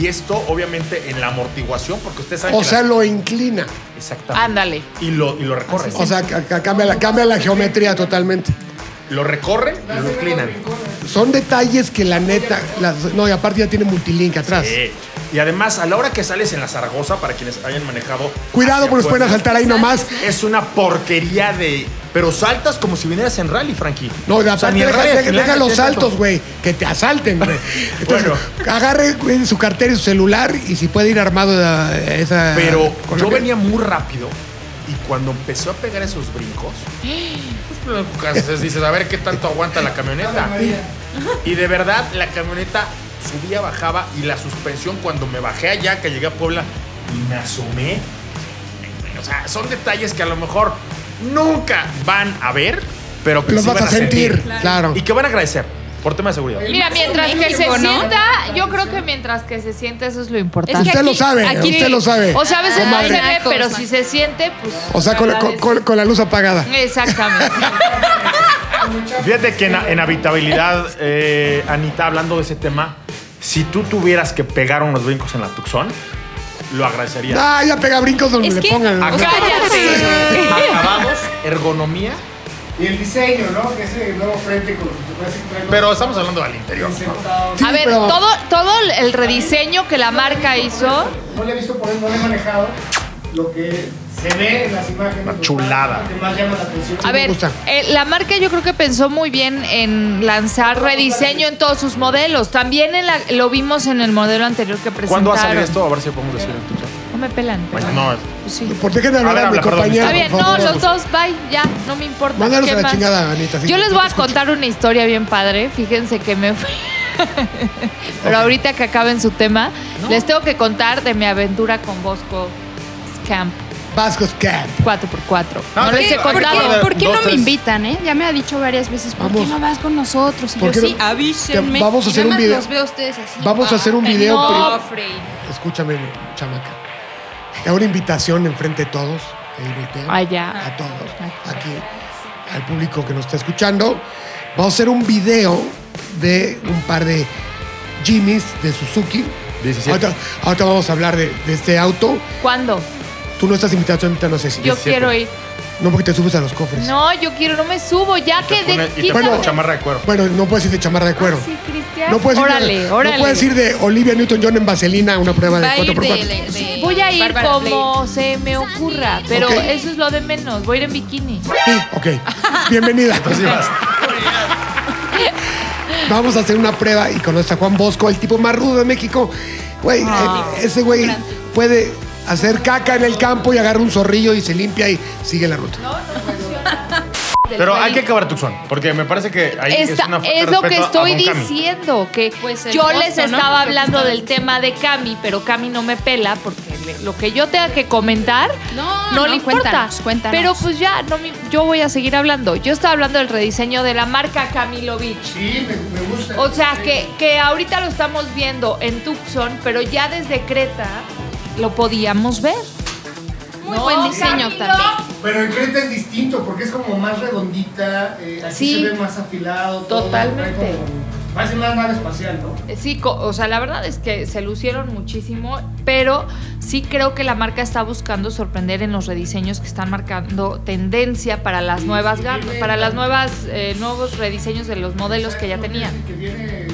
Y esto, obviamente, en la amortiguación, porque ustedes saben
O
que
sea,
las-
lo inclina.
Exactamente.
Ándale.
Y lo, y lo recorren. ¿eh?
O sea, ca- ca- cambia la, cambia la geometría totalmente.
Lo recorren y lo inclinan.
Son detalles que la neta. las- no, y aparte ya tiene multilink atrás.
Sí. Y además, a la hora que sales en la Zaragoza, para quienes hayan manejado.
Cuidado,
hacia
porque nos pueden
Puebla,
asaltar ahí nomás.
Es una porquería de. Pero saltas como si vinieras en rally, Frankie.
No, y
O sea,
aparte
ni en
deja,
rally
deja-
al final
deja
te
los
tienes tanto.
saltos, güey. Que te asalten, güey. Entonces, agarre güey, su cartera y su celular y si puede ir armado a esa.
Pero
con
yo
la que-
venía muy rápido y cuando empezó a pegar esos brincos. pues, Entonces dices, a ver qué tanto aguanta la camioneta. Y de verdad, la camioneta subía, bajaba y la suspensión cuando me bajé allá, que llegué a Puebla y me asomé. O sea, son detalles que a lo mejor nunca van a ver, pero que
Pues Los
sí
vas
van
a sentir, claro.
Y que van a agradecer por tema de seguridad.
Mira, mientras que se
México, ¿no?
sienta, yo creo que mientras que se sienta, eso es lo importante.
Usted lo sabe, usted lo sabe.
O sea, a veces no se
Comadre.
ve, pero si se siente, pues.
O sea, con, la- con- con- con la luz apagada.
Eh. Exactamente.
Fíjate que en, en habitabilidad, eh, Anita, hablando de ese tema, si tú tuvieras que pegar unos brincos en la Tucson, lo agradecerías.
Ah, ya pega brincos donde
Es
le
que-
pongan.
Acá-
Cállate.
Acabados, ergonomía,
Y el diseño, ¿no? Que ese nuevo frente con que parece que trae los-
pero estamos hablando del interior.
sentado.
*laughs* Sí,
A ver,
pero-
todo, todo el rediseño que la marca hizo.
No le he visto por eso, no le he manejado. Lo que se ve en las imágenes.
Una
lo
chulada.
que más llama la atención.
A
me
ver,
gusta.
eh, la marca yo creo que pensó muy bien en lanzar rediseño en todos sus modelos. También en la- lo vimos en el modelo anterior que presentaron.
¿Cuándo va a salir esto? A ver si podemos decir en Tucson.
No me pelan.
Bueno, no, es-
Pues sí.
¿Por qué que no
A ver,
hablar a mi
habla, perdón,
compañero?
Está
Ah,
bien,
por
no,
favor?
los dos, bye, ya, no me importa.
Mándalos
¿Qué
a la
más?
chingada, Anita, sí,
Yo
yo
les
te
voy a
escucho.
contar una historia bien padre. Fíjense que me fui. *laughs* Pero ahorita que acaben su tema, les tengo que contar de mi aventura con Bosco Camp
Vascos Cat.
4x4. No,
No,
les he
Ah, ¿por qué?
contado.
Claro.
¿Por qué
Dos,
no me
tres.
invitan, eh? Ya me ha dicho varias veces, ¿por
Vamos.
qué no vas con nosotros? Y
¿Por
yo,
qué no?
sí, avísenme.
Te- vamos a
Y
hacer un
nada más
video.
los veo a ustedes así.
Vamos a hacer un
Ah,
video
No,
pri-
Frey.
Escúchame, chamaca. Te hago una invitación enfrente de todos. Ahí voltea.
Ah, Allá.
A todos. Aquí. Al público que nos está escuchando. Vamos a hacer un video de un par de Jimmys de Suzuki.
17.
Ahorita, ahorita vamos a hablar de, de este auto.
¿Cuándo?
Tú no estás invitado, tú invitas, no sé si.
Yo quiero ir.
No, porque te subes a los cofres.
No, yo quiero, no me subo, ya
te
que de.
pones- y te
Bueno.
pones chamarra de cuero.
*laughs*
Bueno, no puedes ir de chamarra de cuero.
Sí, Cristian. bestia.
No puedes,
órale,
ir de,
órale.
no puedes ir de Olivia Newton-John en vaselina a una prueba de
Va a ir de,
4x4.
de- de
Voy a ir
Bárbara
como se me ocurra, pero
Ok.
eso es lo de menos. Voy a ir en bikini.
Sí,
*laughs*
ok. Bienvenida. Vamos a hacer una prueba y con nuestra Juan Bosco, el tipo más rudo de México. Güey,
Ah.
eh, ese güey puede hacer caca en el campo y agarra un zorrillo y se limpia y sigue la ruta.
Pero hay que acabar Tucson, porque me parece que ahí
Esta-
es una falta de
es lo que
respeto a
estoy
Don Cami.
diciendo, que
Pues el
yo
costo,
les
¿no?
estaba
Lo que
hablando
estaba
del tema de Cami, pero Cami no me pela porque le- lo que yo tenga que comentar no,
No,
le
no,
importa.
cuéntanos, cuéntanos.
Pero pues ya, no me- yo voy a seguir hablando. Yo estaba hablando del rediseño de la marca Camilo Beach.
Sí, me, me gusta.
O sea, que, que ahorita lo estamos viendo en Tucson, pero ya desde Creta lo podíamos ver.
Muy buen diseño también.
Pero en Creta es distinto porque es como más redondita, eh, aquí
Sí.
se ve más afilado. todo,
Totalmente.
trae como- Parece más nave espacial, ¿no?
Sí, co- o sea, la verdad es que se lucieron muchísimo, pero sí creo que la marca está buscando sorprender en los rediseños que están marcando tendencia para las nuevas gam- para las nuevas eh, nuevos rediseños de los modelos que ya tenían.
Que viene de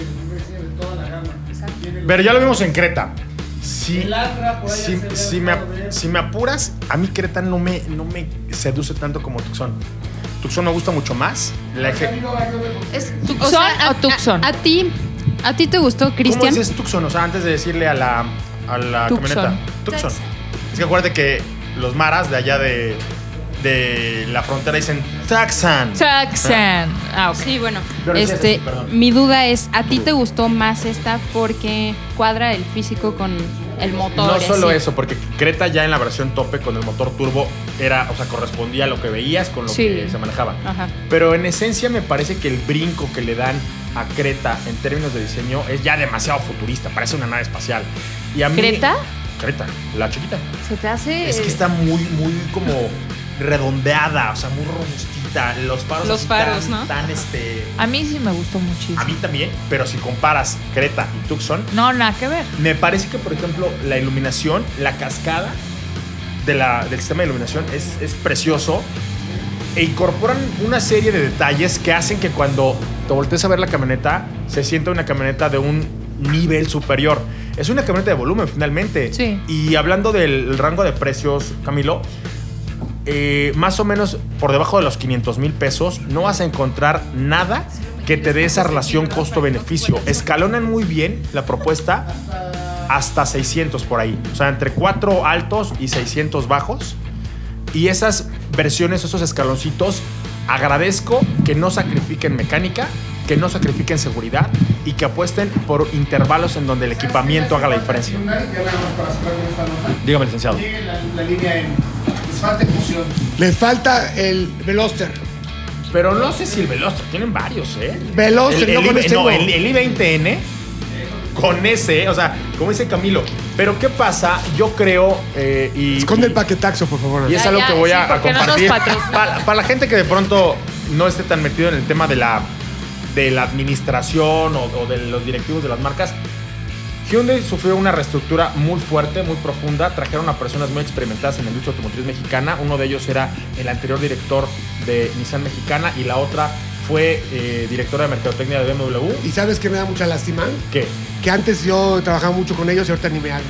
toda la gama. Viene
Pero ya lo vimos en Creta. Si,
El Astra, por ahí
si,
se ve
si
al
me,
lado de-
si me apuras, a mí Creta no me, no me seduce tanto como Tucson. Tucson me gusta mucho más. La eje-
Amigo, ay, yo veo-
Es
O
Tucson
sea, a-
o Tucson.
A, a ti, ¿a ti te gustó,
¿Cómo
Cristian?
dices Tucson? O sea, antes de decirle a la, a la
Tucson.
camioneta. Tucson. Es que acuérdate que los maras de allá de, de la frontera dicen Taxan.
Tucson. Ah, ok.
Sí, bueno,
Pero sí es
este,
así, perdón.
mi duda es, ¿a ti te gustó más esta porque cuadra el físico con el motor?
No
y
solo
así?
eso, porque Creta ya en la versión tope con el motor turbo era, o sea, correspondía a lo que veías con lo
Sí. Ah.
que se manejaba.
Ajá.
Pero en esencia me parece que el brinco que le dan a Creta en términos de diseño es ya demasiado futurista, parece una nave espacial. Y a mí-
¿Creta?
Creta, la chiquita.
Se te hace
Es que está muy, muy como redondeada, o sea, muy robustita. Los faros.
Los
así
faros,
tan-
¿no?
Tan este.
A mí sí me gustó muchísimo.
A mí también, pero si comparas Creta y Tucson,
No, nada que ver.
me parece que, por ejemplo, la iluminación, la cascada de la- del sistema de iluminación es, es precioso e incorporan una serie de detalles que hacen que cuando te voltees a ver la camioneta, se sienta una camioneta de un nivel superior. Es una camioneta de volumen, finalmente.
Sí.
Y hablando del rango de precios, Camilo, eh, más o menos por debajo de los 500 mil pesos, no vas a encontrar nada que te dé esa relación costo-beneficio. Escalonan muy bien la propuesta hasta 600 por ahí. O sea, entre 4 altos y 600 bajos. Y esas versiones, esos escaloncitos, agradezco que no sacrifiquen mecánica, que no sacrifiquen seguridad y que apuesten por intervalos en donde el equipamiento haga la diferencia.
Ya nada más para cerrar con esta nota.
Dígame, licenciado.
Llegue la, la línea M. Les falta emoción.
Les falta el Veloster.
Pero no sé si el Veloster, tienen varios, ¿eh?
Veloster,
el,
no
el
con
I-
este
no,
no.
el, el I-20N con ese, o sea, como dice Camilo. Pero ¿qué pasa? Yo creo eh, y...
Esconde el
y-
paquetaxo, por favor.
Y es
Ya,
algo
ya,
que voy
sí,
a, a
porque no nos
compartir.
patrocinan.
para, para la gente que de pronto no esté tan metido en el tema de la, de la administración o, o de los directivos de las marcas, Hyundai sufrió una reestructura muy fuerte, muy profunda. Trajeron a personas muy experimentadas en la industria automotriz mexicana. Uno de ellos era el anterior director de Nissan Mexicana y la otra fue eh, directora de mercadotecnia de BMW.
¿Y sabes que me da mucha lástima?
¿Qué?
Que antes yo trabajaba mucho con ellos y ahorita ni me hablan.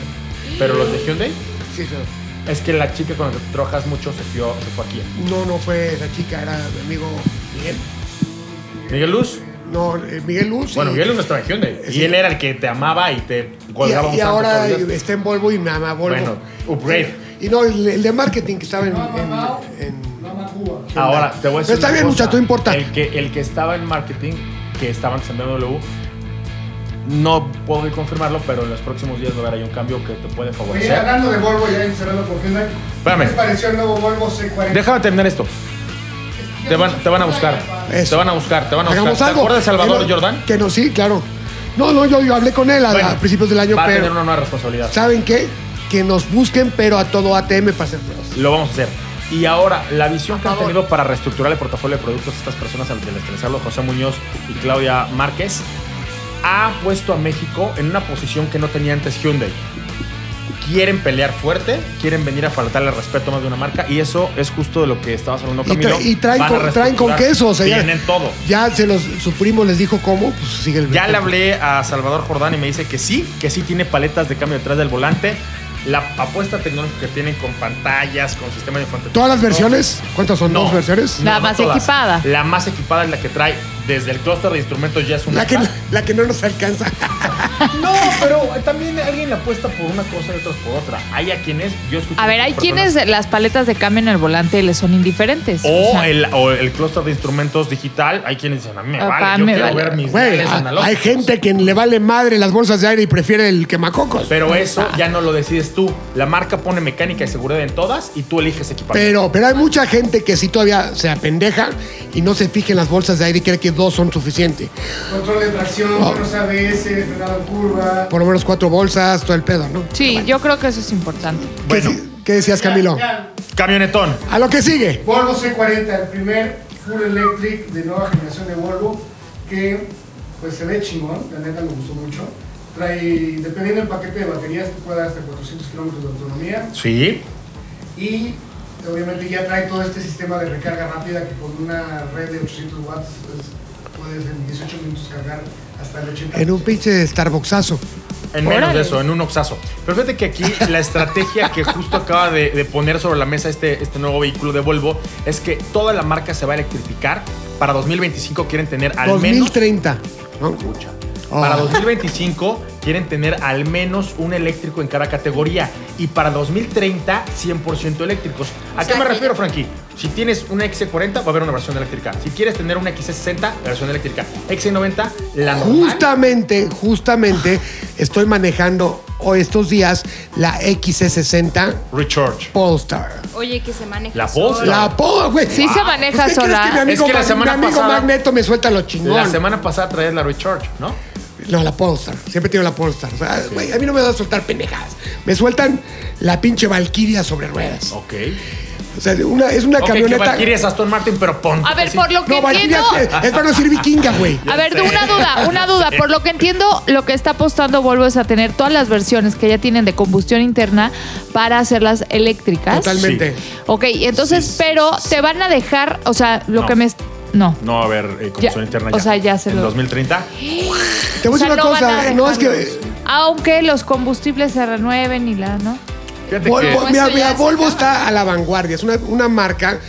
¿Pero los de Hyundai?
Sí, sí.
Es que la chica con la que trabajas mucho se, fió- se fue aquí.
No, no fue esa chica, era mi amigo Miguel.
Miguel Luz.
No, eh, Miguel Luz.
Bueno,
y-
Miguel no estaba en Hyundai.
Sí.
eh. Y él era el que te amaba y te
Y,
colgaba un
y
santo
ahora
por Dios.
está en Volvo y me ama Volvo.
Bueno, upgrade.
Y no, el, el de marketing que estaba en.
No, no, no.
en- en-
No, Cuba.
Ahora, te voy a
Pero
decir.
está
una
bien,
cosa.
muchacho, no importa.
El que, el que estaba en marketing, que estaba antes en BMW, no puedo confirmarlo, pero en los próximos días va a haber ahí un cambio que te puede
Oye,
favorecer.
hablando de Volvo, ya encerrando por Hyundai.
Espérame.
¿Qué les pareció el nuevo Volvo C40?
Déjame terminar esto. Te van, te van a buscar.
Eso.
Te van a buscar, te van a
Hagamos
buscar. ¿Te
algo.
acuerdas de Salvador
Que no-
Jordán?
Que no, sí, claro. No, no, yo, yo hablé con él a,
Bueno,
a principios del año,
Va a tener
pero.
una nueva responsabilidad.
¿Saben qué? Que nos busquen, pero a todo ATM para hacer pruebas.
Lo vamos a hacer. Y ahora, la visión que han tenido para reestructurar el portafolio de productos estas personas al que les hablo, José Muñoz y Claudia Márquez, ha puesto a México en una posición que no tenía antes Hyundai. quieren pelear fuerte, quieren venir a faltarle al respeto más de una marca y eso es justo de lo que estabas hablando,
Y,
Camilo.
tra- y traen,
Van a
con, traen con
reestructurar.
queso, o sea, ya-
Tienen todo.
Ya se los, su primo les dijo cómo, pues sigue el
Ya le hablé a Salvador Jordán y me dice que sí, que sí tiene paletas de cambio detrás del volante. La apuesta tecnológica que tienen con pantallas, con sistema de infantería.
¿Todas las versiones? ¿Cuántas son?
No.
¿Dos versiones?
La más
todas.
equipada.
La más equipada es la que trae desde el clúster de instrumentos ya es una.
La que, *laughs* la que no nos alcanza.
No, pero también alguien la apuesta por una cosa y otros por otra. Hay a quienes yo escucho
A ver, hay
personas-
quienes las paletas de cambio en el volante les son indiferentes.
Oh,
O,
sea,
el, o el clúster de instrumentos digital, hay quienes dicen, a mí me
Papá,
vale, yo
me
quiero
vale.
ver mis
Güey,
diales
a-
analógicos.
hay gente que le vale madre las bolsas de aire y prefiere el quemacocos.
Pero eso ya no lo decides tú. La marca pone mecánica y seguridad en todas y tú eliges equipamiento.
Pero, pero hay mucha gente que sí todavía se apendeja y no se fija en las bolsas de aire y cree que dos son suficientes.
Control de tracción, buenos ABS, frenado en curva.
Por lo menos cuatro bolsas, todo el pedo, ¿no?
Sí, yo creo que eso es importante.
¿Qué,
Bueno.
si- qué decías, Camilo?
Ya, ya.
Camionetón.
A lo que sigue.
Volvo C40, el primer full electric de nueva generación de Volvo, que pues se ve chingón, la neta me gustó mucho. Trae, dependiendo del paquete de baterías, te puede dar hasta 400 kilómetros de autonomía.
Sí.
Y obviamente ya trae todo este sistema de recarga rápida que con una red de 800 watts pues, puedes en 18 minutos cargar hasta el 80%.
En un pinche Starbucksazo.
En menos
Órale.
de eso, en un oxazo. Pero fíjate que aquí la estrategia que justo acaba de, de poner sobre la mesa este, este nuevo vehículo de Volvo es que toda la marca se va a electrificar. Para 2025 quieren tener al menos
2030. ¿no? Oh.
Para 2025 quieren tener al menos un eléctrico en cada categoría y para 2030 100% eléctricos. ¿A qué me refiero, Frankie? Si tienes una XC40 va a haber una versión eléctrica. Si quieres tener una XC60, la versión eléctrica. XC90, la normal.
Justamente, justamente estoy manejando hoy estos días la XC60
Recharge.
Polestar.
Oye, que se maneja.
La
sola.
Polestar.
La Pol, güey. Ah,
Sí se maneja
¿Usted crees
sola.
que mi amigo,
Es que la
Mag-
semana
mi amigo
pasada-
Magneto me suelta lo chingón.
La semana pasada traías la Recharge, ¿no?
No, la Polestar. Siempre tengo la Polestar. O sea, güey, a mí no me van a soltar pendejadas. Me sueltan la pinche Valkyria sobre ruedas.
Ok.
O sea, una- es una
ok, que
camioneta.
Valkyrie es Aston Martin, pero pon.
A ver, por lo que
no, Valkyria
entiendo.
es, es para no ser vikinga, güey.
*laughs* A ver, una duda, una duda. Por lo que entiendo, lo que está apostando Volvo es a tener todas las versiones que ya tienen de combustión interna para hacerlas eléctricas.
Totalmente.
Ok, entonces,
Sí, sí,
pero te van a dejar, o sea, lo
No.
que me... No.
No, a ver, eh, combustión
Ya,
interna
o
ya.
sea, ya se
En
lo-
2030.
Te voy a
O sea,
decir una
no van
cosa.
a
No, es
dejarlos.
que.
Aunque los combustibles se renueven y la, ¿no?
Fíjate que-
Volvo,
Pues
mira,
eso ya
mira,
se
Volvo
acaba.
está a la vanguardia. Es una, una marca. que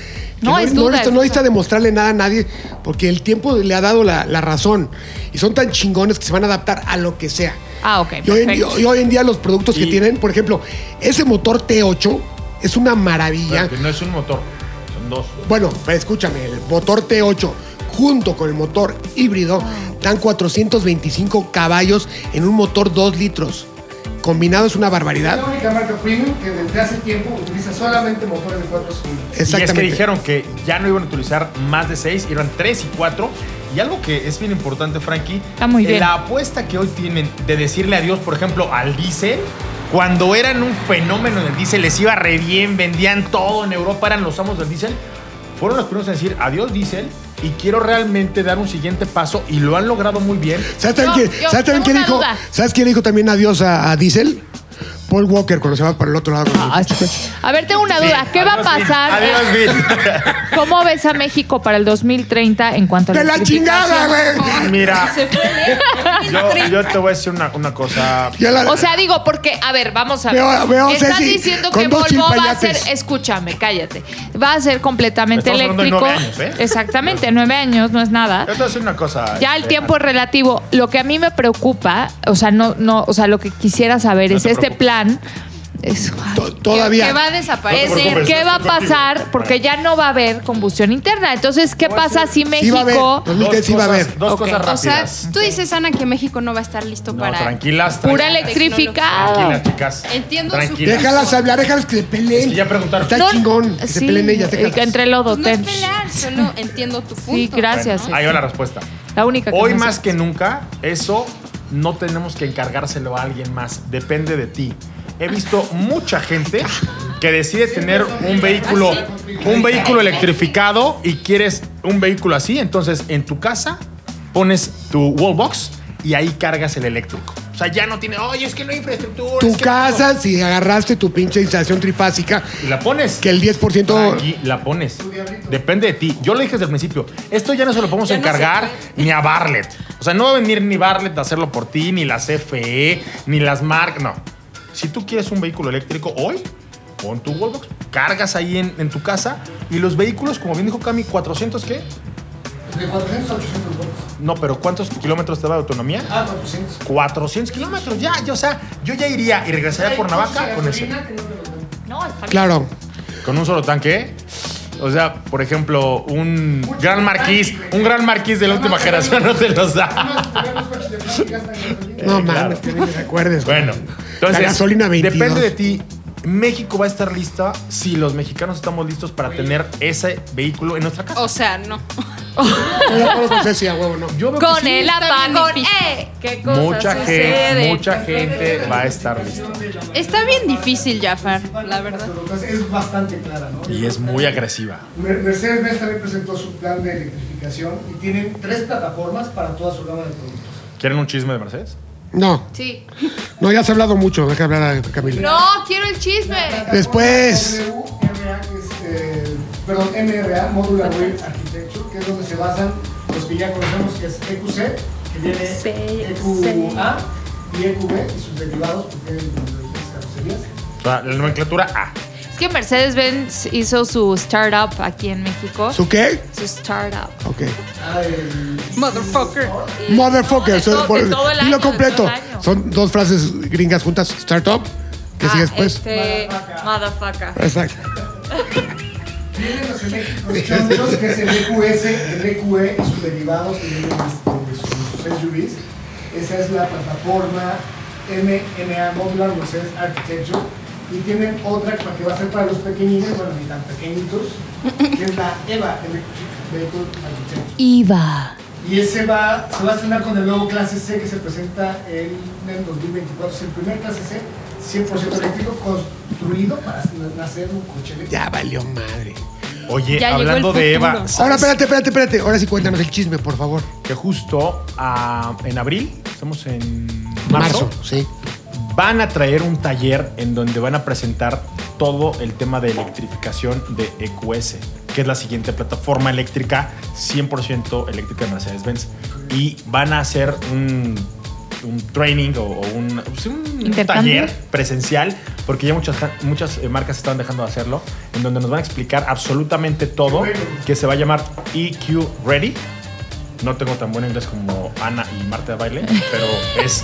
No, es
no,
duda,
necesita-
es
no necesita
duda.
demostrarle nada a nadie porque el tiempo le ha dado la, la razón. Y son tan chingones que se van a adaptar a lo que sea.
Ah, ok.
Y hoy, en,
perfecto.
y hoy en día los productos que
Y-
tienen, por ejemplo, ese motor T8 es una maravilla.
No es un motor, son dos.
Bueno, escúchame, el motor T8 junto con el motor híbrido dan 425 caballos en un motor 2 litros. Combinado es una
Es la
barbaridad.
única marca premium que desde hace tiempo utiliza solamente motores de 4 cilindros.
Y es
Exactamente.
que dijeron que ya no iban a utilizar más de seis, iban tres y cuatro. Y algo que es bien importante, Frankie,
Está muy bien.
la apuesta que hoy tienen de decirle adiós, por ejemplo, al diésel, cuando eran un fenómeno en el diésel, les iba re bien, vendían todo en Europa, eran los amos del diésel, fueron los primeros en decir adiós diésel y quiero realmente dar un siguiente paso y lo han logrado muy bien.
¿Sabes también
Yo-
quién,
yo
sabes también
tengo
quién
una
dijo?
duda.
¿Sabes quién dijo también adiós a, a Diesel? Paul Walker cuando se va para el otro lado.
Ah, este- A ver, tengo una duda. ¿Qué va a
Adiós, Bill.
pasar? Eh,
Adiós, Bill.
*laughs* ¿Cómo ves a México para el 2030 en cuanto a
¡De la chingada, güey!
Mira,
*laughs* Se fue lejos.
yo, yo te voy a decir una, una cosa.
Ya la-
O sea, digo, porque, a ver, vamos a ver.
Veo- veo a
Estás
Ceci
diciendo
con
que
dos
Volvo va a ser,
chilpayates.
escúchame, cállate. Va a ser completamente
Estamos hablando de
eléctrico.
nueve años, ¿eh?
Exactamente, nueve años, no es nada.
Yo te voy a decir una cosa.
Ya el
este,
tiempo es relativo. Lo que a mí me preocupa, o sea, no, no, o sea, lo que quisiera saber
No
es
te
este
preocupes.
plan. es-
to- todavía.
Que va a
es
desaparecer.
decir,
preocupes,
¿qué
estoy
va a pasar?
contigo.
Porque ya no va a haber combustión interna. Entonces, ¿qué pasa si
Sí va a haber,
México...
Dos
2010 sí va a
cosas-
haber.
Dos
Ok.
cosas
O sea,
rápidas.
tú dices, Ana, que México no va a estar listo
No,
para.
tranquilas.
Pura
tranquilas.
electrificada.
Tranquilas, chicas.
Entiendo su
Tranquilas.
Déjalas hablar, déjalas que se peleen.
Es que ya preguntaron.
Está
No,
chingón, que se
sí,
peleen ellas.
eh,
déjalas.
Entre lodo,
Pues no es
ten.
pelear, solo entiendo tu punto.
Sí, gracias.
Ahí va la respuesta.
La única que
Hoy
no sé.
más que nunca, eso no tenemos que encargárselo a alguien más. Depende de ti. He visto mucha gente que decide tener un vehículo,
Ah,
un vehículo electrificado y quieres un vehículo así. Entonces, en tu casa pones tu wallbox y ahí cargas el eléctrico. O sea, ya no tiene, oye, es que no hay infraestructura.
Tu
es
Pues,
que
casa, si agarraste tu pinche instalación trifásica,
no". Y la pones.
que el 10%...
Aquí la pones. Depende de ti. Yo le dije desde el principio, esto ya no se lo podemos
Ya no se
encargar ni a Bartlett. O sea, no va a venir ni Bartlett a hacerlo por ti, ni la CFE, ni las marcas, no. Si tú quieres un vehículo eléctrico hoy, pon tu wallbox, cargas ahí en, en tu casa y los vehículos, como bien dijo Cami, 400 qué?
De 400 a 800 volts.
No, pero ¿cuántos kilómetros te da de autonomía?
Ah, 400.
400 kilómetros, ya, ya, o sea, yo ya iría y regresaría por Navaca con ese.
Gasolina que no te lo dan.
No, está bien.
Claro.
Con un solo tanque. O sea, por ejemplo, un
Mucho
gran
tanque,
marquís,
güey.
un gran marquís de la última
Además,
generación no te los da.
Además, los coches de plástico gastan gasolina.
No
Eh, claro.
mames, que ni me recuerdes.
Bueno, entonces
La gasolina 22.
depende de ti. México va a estar lista si los mexicanos estamos listos para tener ese vehículo en nuestra casa.
O sea, no.
Estoy de acuerdo con Ceci, a huevo, no.
Yo veo que
Con
sí.
el
Está bien
apanificado.
difícil.
eh,
¿Qué cosa
mucha
sucede?
gente, mucha gente va a estar lista.
Está bien difícil, Jafar, la verdad.
Entonces, es bastante clara, ¿no?
Y es muy agresiva.
Mercedes-Benz también presentó su plan de electrificación y tienen tres plataformas para toda su gama de productos.
¿Quieren un chisme de Mercedes?
No,
Sí.
no, ya has hablado mucho, deja hablar a Camila.
No, quiero el chisme.
Ah, Después.
WRA, que es, eh, perdón, MRA, Modular Rail Architecture, que es donde se basan los que ya conocemos, que es EQC, que viene EQA y EQB y sus derivados, porque es las carrocerías.
O sea, la nomenclatura A.
Es que Mercedes-Benz hizo su startup aquí en México. Su,
¿Su qué?
startup.
Ok.
Ah, el-
Motherfucker.
Motherfucker.
No, de
soy-
todo- de todo el
dilo
año, de
completo.
todo el año.
Son dos frases gringas juntas. Startup. ¿Qué sigue después?
Este, motherfucker.
Exacto.
Vienen los eléctricos chonchos, que es el EQS, el EQE y sus derivados y vienen, este, sus SUVs. Esa es la plataforma MMA Modular Mercedes Architecture. Y tienen otra para que va a ser para los pequeñines, bueno, ni tan pequeñitos, que es la EVA Electric Vehicle Architecture.
Iva.
Y ese va, se va a estrenar con el nuevo clase C que se presenta en el 2024. Es el primer clase C 100% eléctrico construido para nacer un coche eléctrico.
Ya valió madre.
Oye,
Ya llegó
hablando
el
de
futuro.
Eva,
Ahora,
¿sabes
espérate, espérate, espérate. Ahora sí cuéntanos el chisme, por favor.
que justo ah, en abril, estamos en marzo,
sí.
van a traer un taller en donde van a presentar todo el tema de electrificación de EQS, que es la siguiente plataforma eléctrica 100% eléctrica de Mercedes-Benz. Y van a hacer un, un training o, o un, pues, un
Intercambio.
taller presencial, porque ya muchas, muchas eh, marcas están dejando de hacerlo, en donde nos van a explicar absolutamente todo, que se va a llamar EQ Ready. No tengo tan buen inglés como Ana y Marta de Baile, pero es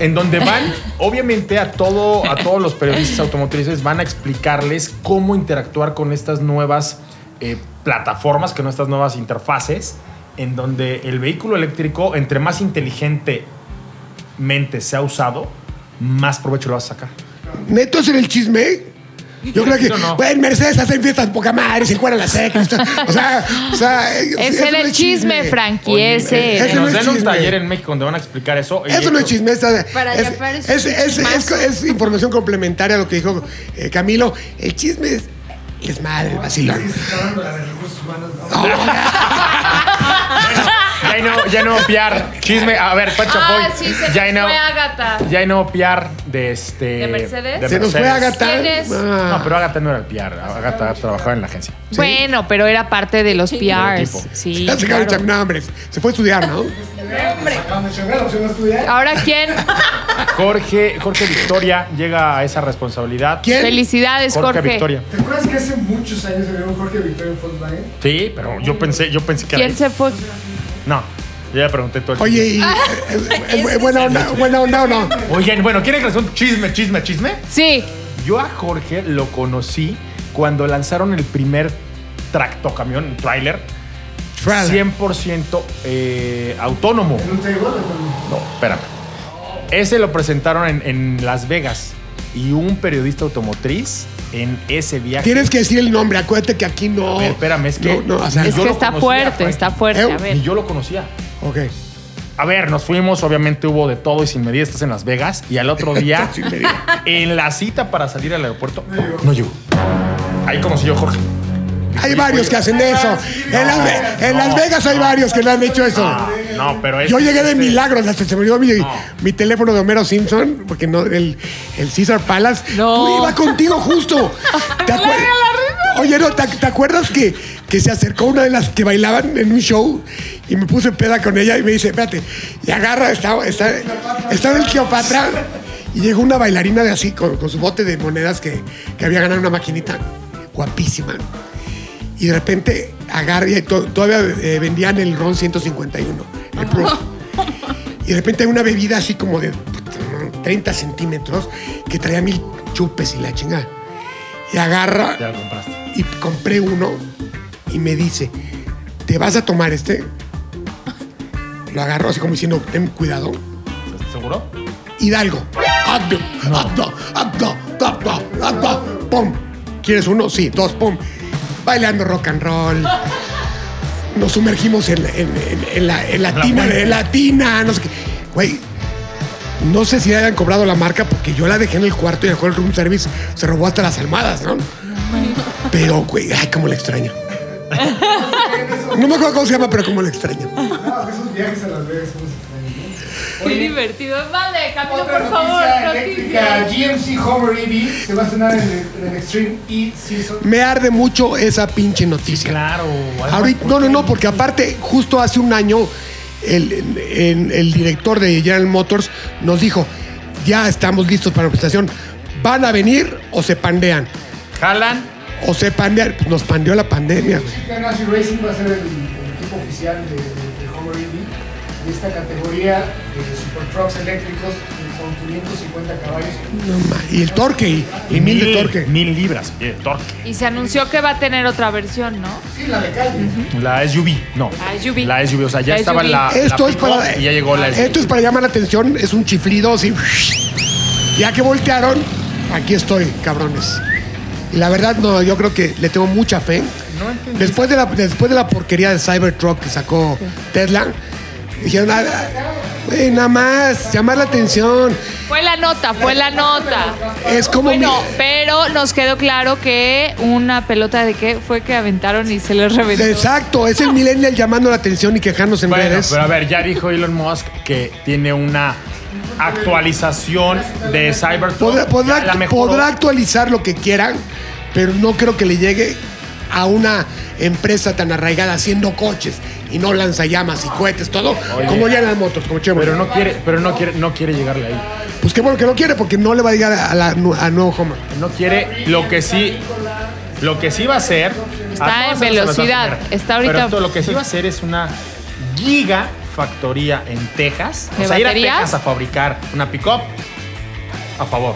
en donde van, *laughs* obviamente, a, todo, a todos los periodistas automotrices, van a explicarles cómo interactuar con estas nuevas eh, plataformas, con estas nuevas interfaces, en donde el vehículo eléctrico, entre más inteligentemente sea usado, más provecho lo vas a sacar.
¿Neto es en el chisme? Yo creo que.
No, no.
Bueno, en Mercedes hacen fiestas poca madre, se encuentran las secas. O sea, o sea.
Es
eso
en
no
el chisme, Frankie.
Oye,
Es
eh,
Ese
que
el.
no
nos
es
den un
chisme.
taller en México donde van a explicar eso. y
Eso no es
esto-
chisme, esa-
Para
es,
Jafar es
es,
un
es-
chismazo.
es- es información complementaria a lo que dijo eh, Camilo. El chisme es, es madre, el vacilón.
Se está dando la de recursos humanos, ¿no?
Ya no, ya no piar. Chisme, a ver, Pacha
Ah,
Boy,
sí, se nos
ya no,
fue Agatha.
ya no piar de este.
¿De Mercedes?
de
Se nos fue
Mercedes.
Agatha.
¿Quién es?
Ah.
No, pero Agatha no era el PR. Agatha trabajaba en la agencia.
Bueno, pero era parte de los PRs.
tipo.
Sí.
Ya se acabó el
claro.
cham- no, hombre, se fue a estudiar, ¿no?
Acaban de chambear, opción a estudiar.
Ahora
*laughs*
quién.
Jorge, Jorge Victoria llega a esa responsabilidad.
¿Quién?
Felicidades,
Jorge,
Jorge.
Victoria.
¿Te acuerdas que hace muchos años había un Jorge Victoria en E? Volkswagen?
*laughs*
Sí, pero yo pensé, yo pensé que era
¿Quién
él.
se fue?
No, yo ya pregunté todo. el
Oye,
*laughs*
tiempo.
y, eh, eh, buena onda, buena onda o no.
Oigan, bueno, ¿quieren que les cuente un chisme, chisme, chisme?
Sí.
Yo a Jorge lo conocí cuando lanzaron el primer tractocamión, tráiler,
Trailer.
100% eh, autónomo.
En un table, ¿no?
No, espérame. Ese lo presentaron en, en Las Vegas y un periodista automotriz en ese viaje.
Tienes que decir el nombre, acuérdate que aquí no.
A ver, espérame, es que-
No, no, o sea,
Es
Yo
que
lo
está
conocía,
fuerte,
Frankie.
está fuerte.
Eh,
A ver.
Ni yo lo conocía.
ok.
A ver, nos fuimos, obviamente hubo de todo y sin medida, estás en Las Vegas y
*laughs*
al otro día, en la cita para salir al aeropuerto, no llegó. Ahí conocí yo a Jorge.
Hay varios que hacen
Ah,
eso. En, Las Ve- en Las Vegas hay varios que le han hecho eso.
Ah, no, pero este es.
Yo llegué de milagros, hasta se me olvidó mi, mi teléfono de Homero Simpson, porque no, el, el Caesar Palace.
No.
Tú iba contigo justo. ¿Te acuer- Oye, no, ¿te, te acuerdas que, que se acercó una de las que bailaban en un show y me puse peda con ella y me dice, espérate, y agarra, está, está, está en el Cleopatra. Y llegó una bailarina de así, con, con su bote de monedas que, que había ganado una maquinita guapísima. Y de repente agarra, y to- todavía eh, vendían el ron 151, el proof. Y de repente hay una bebida así como de 30 centímetros que traía mil chupes y la chingada. Y agarra
Ya lo compraste.
y compré uno y me dice, ¿te vas a tomar este? Lo agarró así como diciendo, ten cuidado.
¿Seguro?
Hidalgo. Hazlo, hazlo, hazlo, hazlo, hazlo. Pum. ¿Quieres uno? Sí, dos, pum. Bailando rock and roll. Nos sumergimos en, la- en- en- en la, en la
La
tina,
muerte.
en la tina, no sé qué. Güey, no sé si hayan cobrado la marca porque yo la dejé en el cuarto y dejó el room service. Se robó hasta las almohadas, ¿no? Pero, güey, ay, cómo la extraño. No me acuerdo cómo se llama, pero cómo la extraño.
No, esos viajes a Las Vegas son los extraños. ¿no?
Muy
Oye,
divertido. Vale, Camilo,
Otra
por favor,
noticia eléctrica,
noticias.
GMC Homer EV se va a cenar en el, en el Extreme E Season.
Me arde mucho esa pinche noticia.
Claro.
Ahorita, no, no, no, porque aparte, justo hace un año, el, en- el director de General Motors nos dijo, ya estamos listos para la presentación, van a venir o se pandean.
Jalan.
O se pandean, Pues nos pandeó la pandemia. güey.
Chicago Nazi Racing va a ser el, el equipo oficial de, de- de Homer Indy de esta categoría de super trucks eh, eléctricos con 550 caballos.
No ma- y el torque, y, y mil de torque.
Mil libras pie, de torque.
Y se anunció que va a tener otra versión, ¿no?
Sí, la de calle.
La SUV, no.
La SUV.
La SUV, o sea, ya
La
estaba
SUV.
Ah, la. la
Esto es
pick-up
para.
Y ya llegó la SUV.
Esto es para llamar la atención, es un chiflido así. *laughs* Ya que voltearon, aquí estoy, cabrones. Y la verdad, no, yo creo que le tengo mucha fe. después, de la, después de la porquería de Cybertruck que sacó Tesla, dijeron, "Ah, güey, nada más, llamar la atención.
Fue la nota, fue la nota.
Es como mi-
Bueno, pero nos quedó claro que una pelota de qué fue que aventaron y se les reventó.
Exacto, es el millennial llamando la atención y quejarnos en
Bueno,
redes.
pero a ver, ya dijo Elon Musk que tiene una actualización de Cybertruck.
Podrá, podrá-
Ya la mejoró.
podrá actualizar lo que quieran, pero no creo que le llegue a una empresa tan arraigada haciendo coches y no lanzallamas y cohetes, todo, como ya en las motos, como Chevrolet.
Pero no quiere, pero no quiere, no quiere llegarle ahí.
Pues qué bueno que no quiere, porque no le va a llegar a, la, nu- a nuevo Homer.
No quiere. Lo que sí, lo que sí va a hacer.
Está
a todas
en
esas se las va a
velocidad,
poner.
está ahorita-
Pero esto, lo que sí va a hacer es una gigafactoría en Texas.
¿De
o sea, ir a
baterías?
Texas a fabricar una pickup. A favor.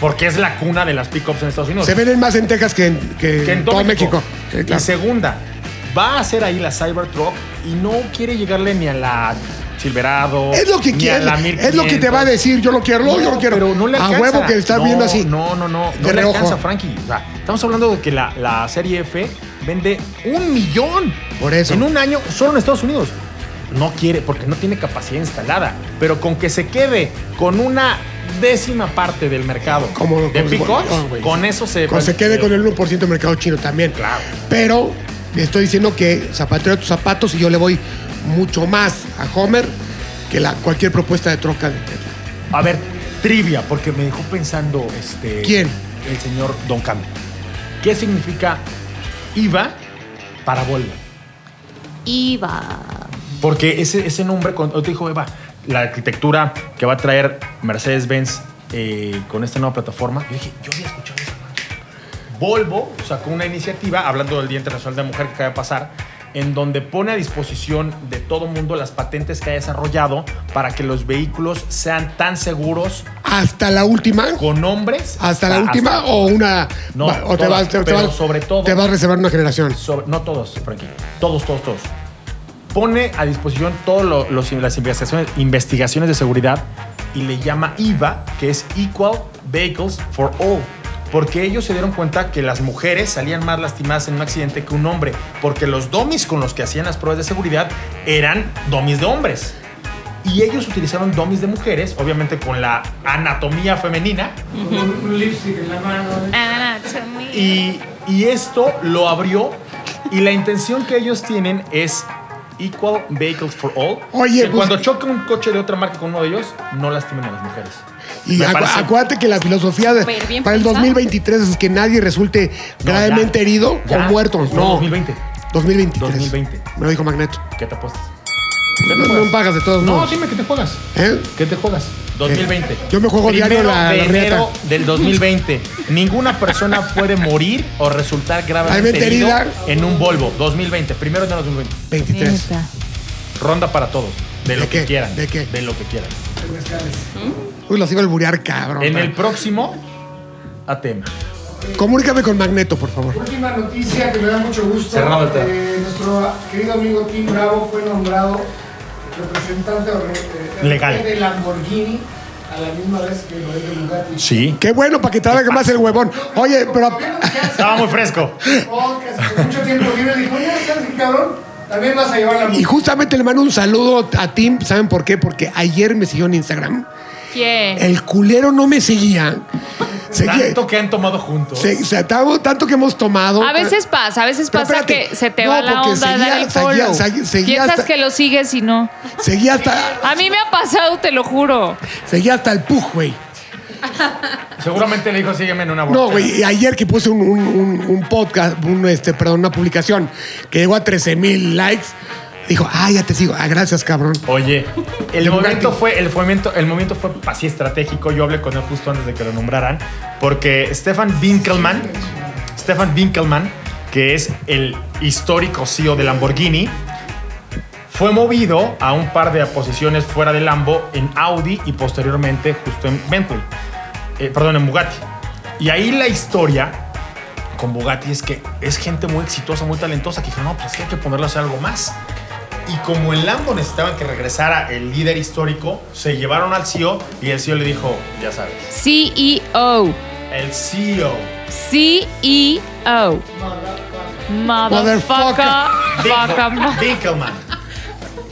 Porque es la cuna de las pickups en Estados Unidos.
Se venden más en Texas que en, que
que
en todo México. Sí,
Y
claro.
segunda, va a hacer ahí la Cybertruck y no quiere llegarle ni a la Silverado.
Es lo que
ni
quiere,
a la
es lo que te va a
1500.
decir, yo lo quiero, yo lo quiero.
Pero no le
a
alcanza.
huevo que está
No,
viendo así.
No, no, no. No
de
le
reojo.
alcanza, Frankie. O sea, estamos hablando de que la, la serie F vende un millón.
Por eso.
En un año, solo en Estados Unidos. No quiere, porque no tiene capacidad instalada. Pero con que se quede con una décima parte del mercado
Como-
de
como-
pickups,
oh, güey.
con eso se...
Cuando se quede con el 1% del mercado chino también.
Claro.
Pero le estoy diciendo que zapatero a tus zapatos y yo le voy mucho más a Homer que la, cualquier propuesta de troca de Tesla.
A ver, trivia, porque me dejó pensando este.
¿Quién?
El señor Don Cami. ¿Qué significa IVA para Volvo?
Iba.
Porque ese, ese nombre, cuando te dijo Eva, la arquitectura que va a traer Mercedes-Benz eh, con esta nueva plataforma, yo dije, yo había escuchado eso. Volvo sacó una iniciativa, hablando del Día Internacional de la Mujer que acaba de pasar, en donde pone a disposición de todo mundo las patentes que ha desarrollado para que los vehículos sean tan seguros
Hasta la última.
con hombres.
Hasta la última o una.
Ah, No,
va- o te
todas,
vas, te- te
pero
vas-
sobre todo-
Te vas a reservar una generación.
sobre- no todos, Frankie. Todos, todos, todos. Pone a disposición todas las investigaciones, investigaciones de seguridad y le llama IVA, que es Equal Vehicles for All. Porque ellos se dieron cuenta que las mujeres salían más lastimadas en un accidente que un hombre. Porque los domis con los que hacían las pruebas de seguridad eran domis de hombres. Y ellos utilizaron domis de mujeres, obviamente con la anatomía femenina,
Con un, un lipstick en la mano. ¿eh?
y, y esto lo abrió Y la intención que ellos tienen es Equal Vehicles for All.
Oye,
que
pues-
cuando choca un coche de otra marca con uno de ellos, no lastimen a las mujeres.
Y
Me
acu-
parece-
acuérdate que la filosofía de-
Súper bien
para el
pensado.
2023 es que nadie resulte
No,
gravemente
ya.
herido
Ya.
o muerto.
No,
No,
2020.
2023.
2020.
Me lo dijo Magneto.
¿Qué te apuestas?
No, no pagas de todos
Pues. No,
modos.
dime que te juegas.
¿Eh?
¿Qué te juegas? 2020.
Yo me juego
Primero
diario la-
de
la riata.
enero del 2020. Ninguna persona puede morir o resultar gravemente
Gravemente
herido
herida.
en un Volvo. 2020. Primero de enero del 2020.
23.
Neta.
Ronda para todos. De
¿De
lo que
qué?
quieran.
¿De qué?
De lo que quieran.
Uy, los iba a alburear, cabrón.
En el próximo ATM.
Comunícame con Magneto, por favor.
Última noticia que me da mucho gusto.
Cerramos el tema.
Eh, nuestro querido amigo Tim Bravo fue nombrado representante o re- eh,
Legal.
de Lamborghini a la misma vez que lo es de Bugatti.
Sí.
Qué bueno para que trabaje más el huevón. Oye, pero.
Estaba muy fresco.
Podcast, con mucho tiempo libre, dijo, ya sabes qué, cabrón, también vas a llevar la
Y justamente le mando un saludo a Tim. ¿Saben por qué? Porque ayer me siguió en Instagram.
¿Quién?
El culero no me seguía. Seguía.
Tanto que han tomado juntos.
Se, se- tanto- tanto que hemos tomado.
A veces pasa, a veces
Pero
pasa
espérate,
que se te
no,
va la
porque
onda
seguía-
dar el
seguía-
follow.
seguía- seguía
Piensas
hasta-
que lo sigues y no.
Seguía hasta,
A mí me ha pasado, te lo juro.
seguía hasta el puj, güey.
Seguramente le dijo, sígueme en una
No,
borrachera".
güey, y ayer que puse un, un- un- un podcast, un, este, perdón, una publicación que llegó a 13 mil likes, dijo, ah, ya te sigo. Ah, gracias, cabrón. *laughs*
Oye, el
De
momento
Bugatti.
fue, el momento, el momento fue así estratégico. Yo hablé con él justo antes de que lo nombraran, porque Stefan Winkelmann, Stefan Winkelmann, que es el histórico CEO de Lamborghini, fue movido a un par de posiciones fuera del Lambo en Audi y posteriormente justo en Bentley, Eh, perdón, en Bugatti. Y ahí la historia con Bugatti es que es gente muy exitosa, muy talentosa, que dijeron, no, pues es que hay que ponerle a hacer algo más. Y como el Lambo necesitaban que regresara el líder histórico, se llevaron al CEO y el CEO le dijo, ya sabes,
E CEO.
el E CEO.
CEO. E Motherfucker.
Dinkel-
Fucker.
Dinkelman.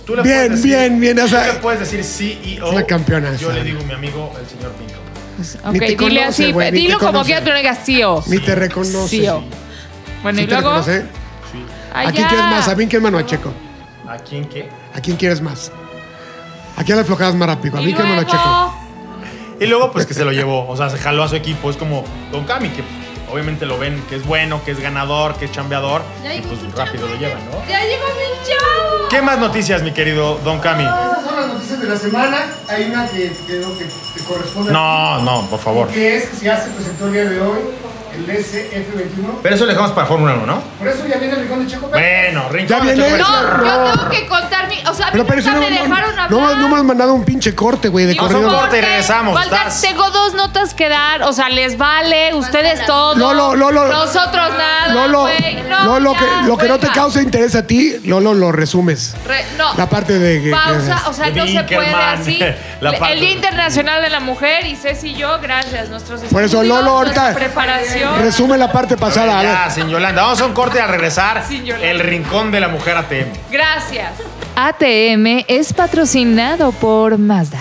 Tú le
Bien,
puedes
bien, bien, o
tú
sea,
le puedes decir CEO.
es una campeona,
Yo
o sea.
le digo mi amigo, el señor Dinkelman.
Ok,
Ni te
dile
conoce,
así.
güey, ni te
dilo como
conoce.
quiera, pero no digas E CEO.
Ni te reconoce.
CEO. E Bueno,
¿Sí
y
te
luego.
reconoce?
Ay,
¿A quién
ya.
quieres más? ¿A mí quién mano a Checo?
¿A quién qué?
¿A quién quieres más? ¿A quién le aflojadas más rápido? ¿A
Y
mí quién mano a
luego.
Checo?
Y luego, pues que se lo llevó, o sea, se jaló a su equipo. Es como Don Cami, que pues, obviamente lo ven, que es bueno, que es ganador, que es chambeador.
Ya
Y
llegó
pues
su
rápido lo llevan, ¿no?
¡Ya llegó mi chavo!
¿Qué más noticias, mi querido Don Cami?
Estas son las noticias de la semana. Hay una que creo que te corresponde. a
No, no, por
ti,
favor.
Que es, si hace presentó el día de hoy, el SF21.
Pero eso le dejamos para Fórmula 1, ¿no?
Por eso ya viene el rincón de Checo Pérez.
Bueno,
Ya
Rincón.
viene.
Checo Pérez.
No, yo tengo que contar mi. O sea, a mí
Pero
nunca
parece
me
no, no,
dejaron hablar.
no, no me has mandado un pinche corte, güey, de
Digo,
Vamos a un
corrido.
corte y regresamos,
Valga,
estás.
tengo dos notas que dar. O sea, les vale, ustedes
la-
todo.
Lolo, Lolo.
Nosotros nada.
Lolo,
güey. No,
Lolo,
ya,
que, lo que no te
hueva.
causa interés a ti, Lolo, lo resumes.
Re- no.
La parte de que-
Pausa,
que-
o sea, no se
Winkelmann,
puede así.
*laughs* la parte-
el Día Internacional de la Mujer y Ceci y yo, gracias. Nuestros
Por eso,
estudios,
Lolo,
nuestra
ahorita-
preparación.
Resume la parte pasada. a ver.
Ya, sin Yolanda. Vamos a un corte y al regresar.
Sin Yolanda.
El rincón de la mujer ATM.
Gracias. ATM es patrocinado por Mazda.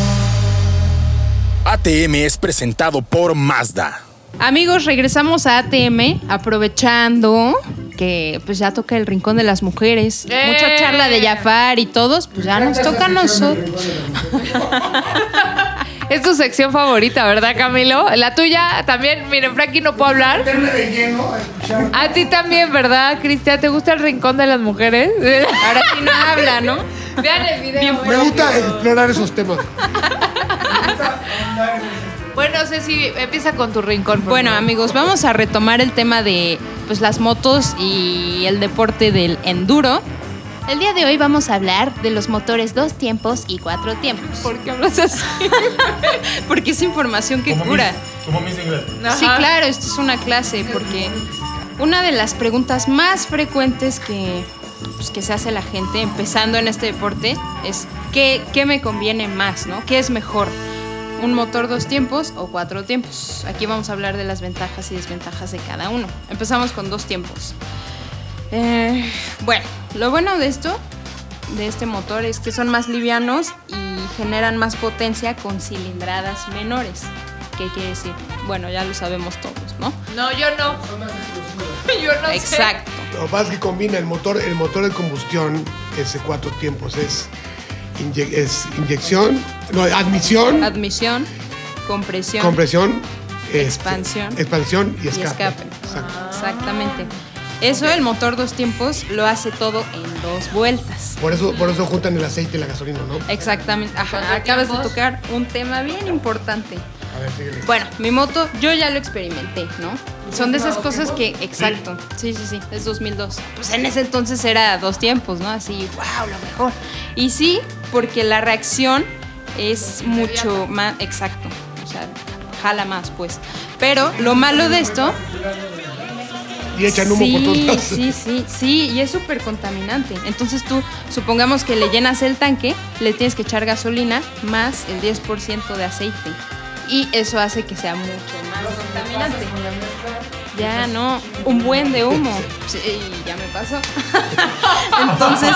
ATM es presentado por Mazda.
Amigos, regresamos a ATM aprovechando que pues ya toca el rincón de las mujeres.
¡Eh!
Mucha charla de Jafar y todos, pues ya nos toca a nosotros.
*laughs* Es tu sección favorita, ¿verdad, Camilo? La tuya también, miren, Frankie no puedo hablar.
Meterme de lleno a escuchar.
A ti también, ¿verdad, Cristian? ¿Te gusta el rincón de las mujeres? *laughs*
Ahora sí no habla, ¿no?
Vean el video. eh.
Me gusta explorar esos temas.
Bueno, Ceci, empieza con tu rincón. por
Bueno,
favor.
amigos, vamos a retomar el tema de pues las motos y el deporte del enduro.
El día de hoy vamos a hablar de los motores dos tiempos y cuatro tiempos.
¿Por qué hablas así? *laughs* porque es información que
Como
cura.
mis- Como mis inglés.
Sí, claro, esto es una clase porque una de las preguntas más frecuentes que, pues, que se hace la gente empezando en este deporte es ¿qué, qué me conviene más? ¿no? ¿Qué es mejor? ¿Un motor dos tiempos o cuatro tiempos? Aquí vamos a hablar de las ventajas y desventajas de cada uno. Empezamos con dos tiempos. Eh, bueno, lo bueno de esto, de este motor, es que son más livianos y generan más potencia con cilindradas menores. ¿Qué quiere decir? Bueno, ya lo sabemos todos, ¿no?
No, yo no. *laughs* Yo no sé.
Exacto.
Lo más que combina el motor, el motor de combustión, ese cuatro tiempos es, inye- es inyección, no, admisión,
Admisión, compresión.
compresión, este,
Expansión.
expansión y
Y
escape.
escape.
Exacto.
Exactamente. Eso el motor dos tiempos lo hace todo en dos vueltas.
Por eso, por eso juntan el aceite y la gasolina, ¿no?
Exactamente. Ajá,
¿Cuántos
acabas de
tiempos?
tocar un tema bien importante.
A ver, síguele.
Bueno, mi moto, yo ya lo experimenté, ¿no? Son de esas cosas que, exacto, sí, sí, sí, es 2002. Pues en ese entonces era dos tiempos, ¿no? Así, wow, lo mejor. Y sí, porque la reacción es mucho más, exacto, o sea, jala más, pues. Pero lo malo de esto...
Y echan humo
sí,
por todos lados.
Sí, sí, sí, y es súper contaminante. Entonces tú, supongamos que le llenas el tanque, le tienes que echar gasolina más el 10% de aceite. Y eso hace que sea mucho más contaminante. Ya no, un buen de humo. Sí, ya me pasó. *laughs* Entonces,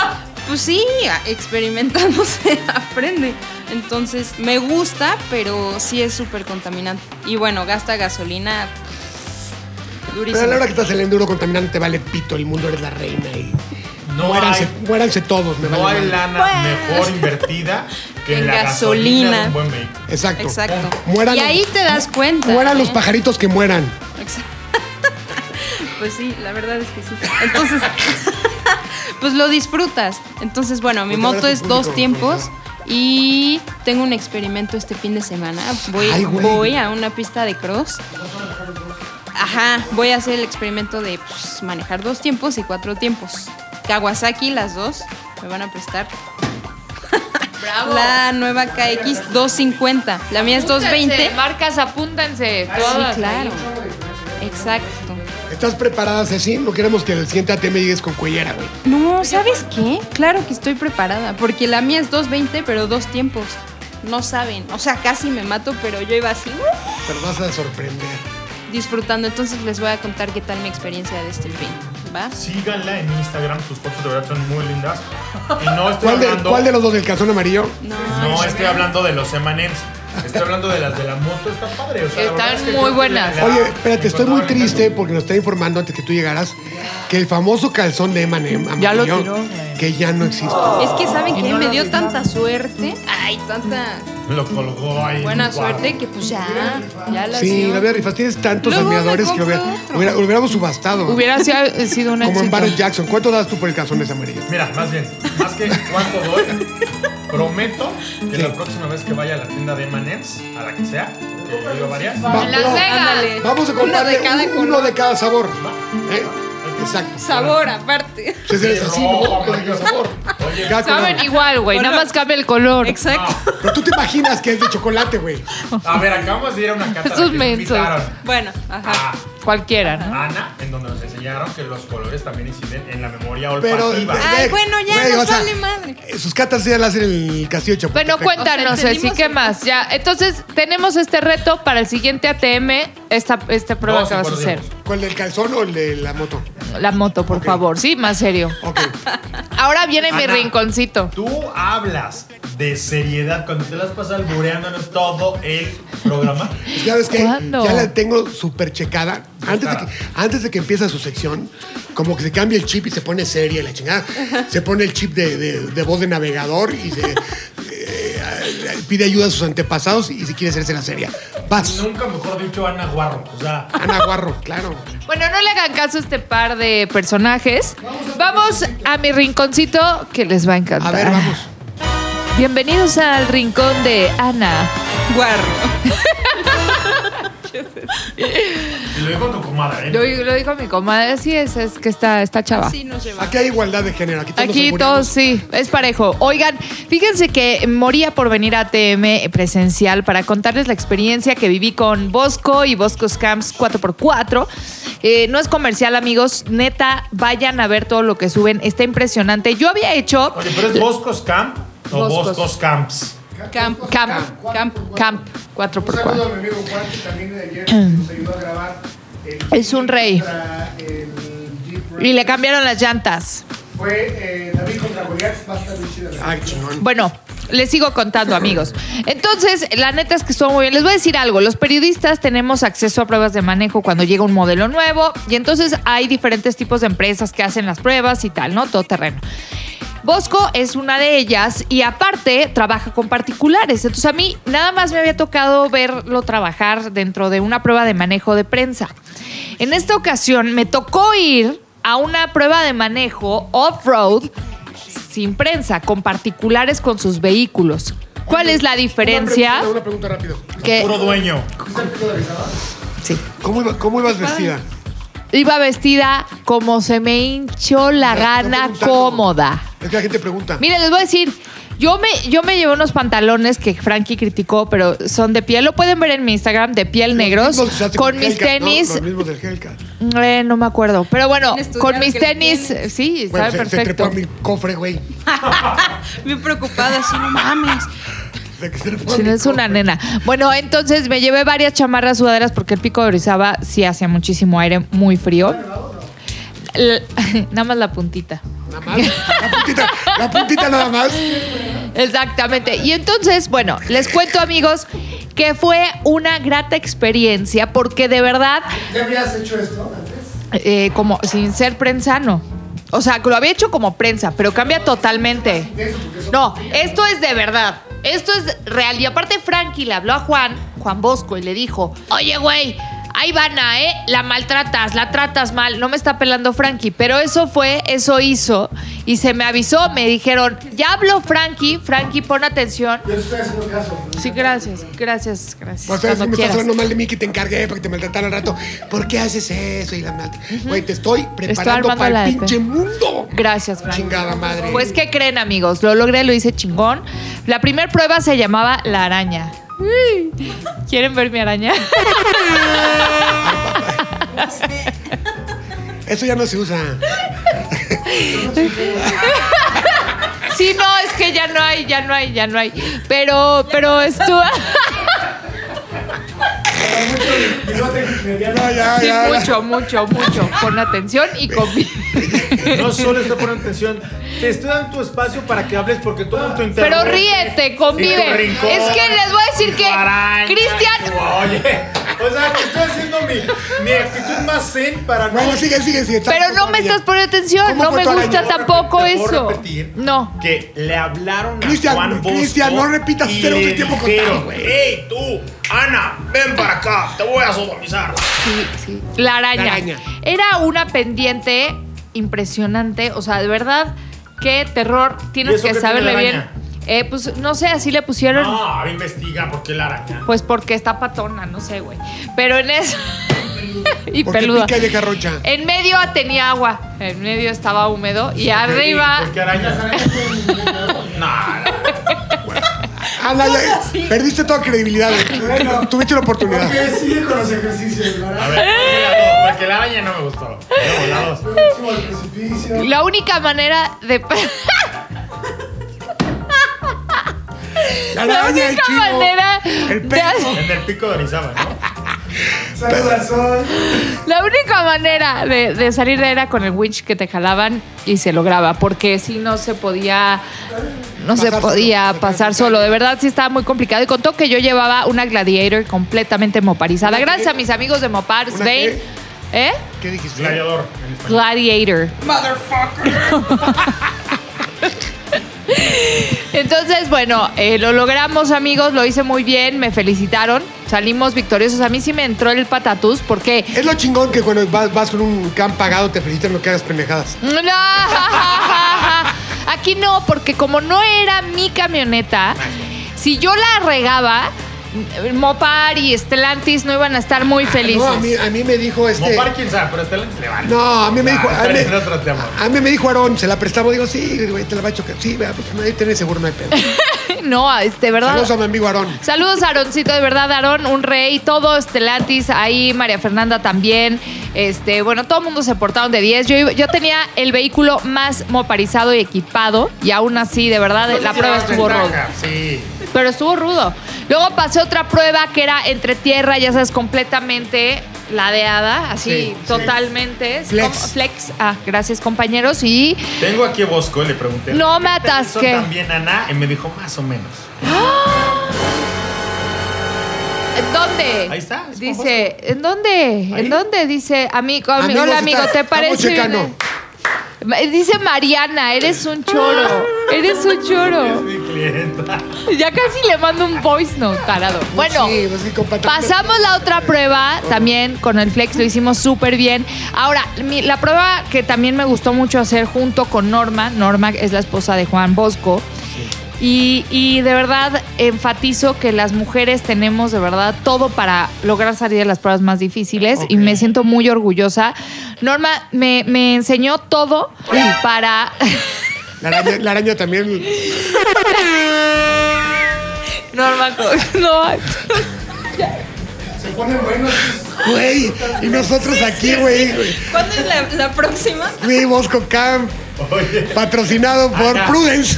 pues sí, experimentando *laughs* se aprende. Entonces, me gusta, pero sí es súper contaminante. Y bueno, gasta gasolina
Pero
durísimo.
a la hora que estás en el enduro contaminante te vale pito, el mundo eres la reina y
No
muéranse,
hay,
muéranse todos, me
no
vale
hay
madre.
lana mejor invertida que
En
en la
gasolina.
gasolina. de un buen vehículo.
Exacto.
Exacto.
Mueran
y
los-
ahí te das cuenta.
Mueran
¿eh?
los pajaritos que mueran.
Exa- pues sí, la verdad es que sí. Entonces, *laughs* pues lo disfrutas. Entonces, bueno, mi
Muchas
moto
gracias,
es dos
público.
tiempos y tengo un experimento este fin de semana. Voy,
Ay, güey.
voy a una pista de cross. Ajá, voy a hacer el experimento de pues, manejar dos tiempos y cuatro tiempos. Kawasaki, las dos, me van a prestar.
Bravo.
La nueva KX 250. La mía es
Apúntense,
220.
Marcas, apúntense. Todas.
Ah, Sí, claro. Exacto.
¿Estás preparada, Ceci? No queremos que el siguiente ATM llegues con cuellera, güey.
No, ¿sabes qué? Claro que estoy preparada, porque la mía es 2.20, pero dos tiempos. No saben. O sea, casi me mato, pero yo iba así ¡uh!
Pero vas a sorprender.
disfrutando. Entonces les voy a contar qué tal mi experiencia de este fin. ¿Va?
Síganla en Instagram, sus fotos de verdad son muy lindas. Y no estoy
¿Cuál de,
hablando.
cuál de los dos del calzón amarillo?
No.
No estoy hablando de los M&M's. Estoy hablando de las de la moto, está padre. O sea, la
Están
verdad es que
muy
creo que
buenas.
la-
Oye, espérate, estoy muy
encontraba
triste porque nos está informando antes que tú llegaras que el famoso calzón de Emanem amarillo,
Ya lo tiró.
que ya no existe.
Es que, ¿saben qué? me dio tanta suerte. Ay, tanta
Lo colgó ahí.
buena
Wow.
suerte que pues ya, ya la
Sí,
dio.
la verdad, rifas, tienes tantos
Luego me
admiradores que
compro
hubiera-
otro.
hubiera- hubiéramos subastado.
Hubiera sido eh, sido un
Como en
éxito.
Barrett Jackson. ¿Cuánto das tú por el calzón ese amarillo?
Mira, más bien, más que cuánto doy, prometo que
Sí.
la próxima vez que vaya a la tienda de M&M's, a la que sea, que yo digo varias,
Va-
En Las
no,
Vegas.
Ándale.
Vamos a comprarle
Uno de cada
un-
color.
uno de cada sabor. ¿eh? Exacto.
Sabor aparte.
Entonces eres así, ¿no?
rojo, amarillo.
Cada sabor.
Oye.
Cada color.
Saben igual, güey. Nada
Bueno.
más cambia el color.
Exacto.
Pero tú te imaginas que es de chocolate, güey.
A ver, acabamos de ir a una cátedra
Estos
que nos
mensos.
invitaron
Bueno, ajá.
a
Cualquiera,
Ah,
¿no?
Ana, en donde nos enseñaron que los colores también inciden en la memoria
Pero.
olfativa.
Ah,
Ay, bueno, ya
güey,
nos
o sea,
vale madre.
Sus catas ya las hacen en el castillo de Chapultepec.
Bueno, cuéntanos,
O sea,
Ceci,
entendimos
¿qué
el-
más? Ya, entonces tenemos este reto para el siguiente ATM, esta, esta prueba
Dos
que
y
vas a
cuatro
hacer.
tiempos.
¿Cuál del calzón o el de la moto?
La moto, por
Ok.
favor, sí, más serio.
Ok.
*laughs* Ahora viene mi
Ana.
rinconcito.
Tú hablas de seriedad cuando te las pasas albureándonos todo el programa.
Pues Ya ves que
¿Cuándo?
ya la tengo súper checada. Antes de, que,
Checada.
antes de que empiece su sección, como que se cambia el chip y se pone seria la chingada. Se pone el chip de, de- de voz de navegador y se *laughs* eh, pide ayuda a sus antepasados y si quiere hacerse la seria. Vas.
Nunca mejor dicho Ana Guarro. O sea,
Ana Guarro, claro.
Bueno, no le hagan caso a este par de personajes. Vamos a mi rinconcito que les va a encantar.
A ver, vamos.
Bienvenidos al rincón de Ana.
Guarro.
lo dijo tu comadre. ¿eh?
Lo, lo dijo mi comadre, así es, es que está, está chava.
Sí, nos llevamos.
Aquí hay igualdad de género. Aquí todos,
Aquí
nos
todos
albureamos.
sí, es parejo. Oigan, fíjense que moría por venir a TM presencial para contarles la experiencia que viví con Bosco y Bosco's Camps 4x4. Eh, no es comercial, amigos. Neta, vayan a ver todo lo que suben. Está impresionante. Yo había hecho
Oye, pero es Boscos Camp o
Boscos.
Boscos Camps.
Camp.
Camp,
Camp.
Camp
Un saludo
4x4.
a mi amigo Juan, que también de ayer nos ayudó a grabar. el-
Mm. Es un rey.
contra el Jeep Wrangler.
Y le cambiaron las llantas.
Fue eh, David contra Goliath, va a estar bien chida la
Ah,
Ay, chingón.
Bueno, les sigo contando, amigos. Entonces, la neta es que estuvo muy bien. Les voy a decir algo. Los periodistas tenemos acceso a pruebas de manejo cuando llega un modelo nuevo. Y entonces hay diferentes tipos de empresas que hacen las pruebas y tal, ¿no? Todo terreno. Bosco es una de ellas y aparte trabaja con particulares. Entonces a mí nada más me había tocado verlo trabajar dentro de una prueba de manejo de prensa. En esta ocasión me tocó ir a una prueba de manejo off-road sin prensa, con particulares con sus vehículos. ¿Cuál es la diferencia?
Una pregunta, una pregunta rápido.
Que
Puro dueño.
sí.
¿Cómo, iba- cómo ibas vestida?
iba vestida como se me hinchó la
Te estoy
gana
preguntando.
cómoda.
Es que la gente pregunta.
Miren, les voy a decir, yo me, yo me llevé unos pantalones que Frankie criticó, pero son de piel. Lo pueden ver en mi Instagram, de piel negros,
Los mismos que usaste
con
el
mis
Hellcat, ¿no?
tenis.
Los mismos del Hellcat.
Eh, no me acuerdo. Pero bueno,
Bien estudiado
con mis
que le
tenis,
tienes.
sí,
Bueno,
sabe
se, se trepó a mi
perfecto.
cofre, güey.
Bien preocupada, así, no mames.
Se trepó a
Si
mi
no es una
cofre.
nena. Bueno, entonces me llevé varias chamarras sudaderas porque el pico de Orizaba sí hacía muchísimo aire, muy frío. L- *laughs* Nada más la puntita.
Nada más. La puntita, la puntita nada más.
Exactamente. Y entonces, bueno, les cuento amigos que fue una grata experiencia porque de verdad,
¿Ya habías hecho esto antes?
eh, como sin ser prensano. O sea, que lo había hecho como prensa, pero cambia totalmente. No, esto es de verdad. Esto es real. Y aparte Frankie le habló a Juan, Juan Bosco, y le dijo, oye, güey, ahí van a, ¿eh? La maltratas, la tratas mal. No me está pelando Frankie. Pero eso fue, eso hizo. Y se me avisó, me dijeron, ya habló Frankie. Frankie, pon atención.
Yo te estoy haciendo caso.
Sí, gracias, gracias, gracias.
Vas a ver si
Cuando
me estás
quieras.
hablando mal de mí que te encargué para que te maltratara al rato. ¿Por qué haces eso? Y la malta. Güey, te estoy preparando
armando la
para el
de-
pinche mundo.
Gracias, Frankie.
Chingada madre.
Pues, ¿qué creen, amigos? Lo logré, lo hice chingón. La primera prueba se llamaba La Araña. Uy, ¿Quieren ver mi araña? *laughs*
Eso ya no se usa.
Sí, no, es que ya no hay, ya no hay, ya no hay. Pero, pero estuvo *laughs*
No, ya,
sí,
ya, ya.
mucho, mucho, mucho. Con atención y con...
No solo estoy poniendo atención, te estoy dando tu espacio para que hables porque todo tu internet.
Pero ríete,
Y
convive.
tu rincón,
Es que les voy a decir que
Araña,
Cristian
Oye, o sea, te estoy haciendo mi, mi actitud más zen para no.
Bueno, sigue, sigue, sigue. Estás
Pero no me
todavía.
estás poniendo atención,
¿Cómo
no
fue
me
tu
gusta
araña?
tampoco
¿Te puedo
eso.
repetir?
No.
Que le hablaron a
Cristian,
Juan Bosco.
Cristian, no repitas,
y
tenemos
le
el tiempo
dijeron,
contado, güey.
¡Ey, tú! Ana, ven para acá, te voy a sodomizar.
La araña.
La araña.
Era una pendiente impresionante, o sea, de verdad, qué terror.
¿Y
Tienes
eso
que
qué tiene
saberle
la
bien.
araña?
Eh, pues no sé, así le pusieron.
No,
Ah,
a ver, investiga por qué la araña.
Pues porque está patona, no sé, güey. Pero en eso. *laughs* y
Porque
peluda.
pica y deja rocha.
En medio tenía agua, en medio estaba húmedo y arriba.
¿Por qué araña?
*laughs*
Ana, Ah, ya- perdiste toda credibilidad.
Bueno.
Tuviste la oportunidad.
*laughs*
¿Por qué sigue con los ejercicios?
A
¿verdad?
ver, ponme la dos, porque la araña no me gustó. No, la dos.
Próximo al precipicio.
La única manera de. *laughs*
La
La
araña, el
única
chivo.
manera.
el
de-
perro.
En el pico de Orizaba, ¿no?
Saludos al sol.
La única manera de, de salir de era con el winch que te jalaban y se lograba, porque si no se podía, no se
Pasar
podía
solo.
pasar solo. De verdad sí estaba muy complicado y contó que yo llevaba una Gladiator completamente moparizada. Gracias a mis amigos de Mopar,
¿Una
Svein. ¿Eh?
¿Qué dijiste?
Gladiador.
Gladiator. *laughs* Entonces, bueno, eh, lo logramos, amigos, lo hice muy bien, me felicitaron, salimos victoriosos. A mí sí me entró el patatús porque
Es lo chingón que cuando vas, vas con un camp pagado te felicitan lo que hagas pendejadas.
No. *laughs* Aquí no, porque como no era mi camioneta, si yo la regaba, Mopar y Stellantis no iban a estar muy felices.
No, a mí, a mí me dijo este.
Mopar, quién sabe, pero Stellantis le vale.
No, a mí me
Ah,
dijo. A
está *laughs*
mí,
en otro tema.
a mí me dijo Aarón, se la prestamos. Digo, sí, güey, te la va a chocar. Sí, vea, pues ahí tenés seguro, no hay pedo.
*laughs* no, este, ¿verdad?
Saludos a mi amigo Aarón.
Saludos, Aaroncito, de verdad, Aarón, un rey, todo Estelantis, ahí María Fernanda también. Este, bueno, todo el mundo se portaron de 10. Yo, iba- yo tenía el vehículo más moparizado y equipado, y aún así, de verdad, la prueba estuvo ruda.
Sí.
Pero estuvo rudo. Luego pasé otra prueba que era entre tierra, ya sabes, completamente ladeada, así,
Sí.
totalmente.
Flex.
¿Cómo? Flex. Ah, gracias, compañeros. Y
Tengo aquí a Bosco y le pregunté.
No me
¿Te hizo
atasqué.
también Ana y me dijo más o menos.
¿Dónde?
Ahí está, es con
Dice, ¿en dónde?
Ahí.
¿En dónde? Dice, amigo, ami-
Amigos,
hola amigo,
está-
¿te
estamos
parece? bien?
checando.
Ma- Dice Mariana, eres un
*laughs*
choro. Eres un
Es
choro.
mi clienta.
Ya casi le mando un voice note, tarado. Bueno,
Sí, pues, sí, compa-
pasamos la otra prueba también con el Flex, lo hicimos súper bien. Ahora, mi- la prueba que también me gustó mucho hacer junto con Norma, Norma es la esposa de Juan Bosco. Y, y de verdad enfatizo que las mujeres tenemos de verdad todo para lograr salir de las pruebas más difíciles y me siento muy orgullosa. Norma me, me enseñó todo para...
La araña, la araña también.
Norma, no,
Se ponen buenos. pues,
Güey, y nosotros aquí, güey.
¿Cuándo es la, la próxima?
Mi Bosco Camp,
Oye.
patrocinado por
Ajá.
Prudence.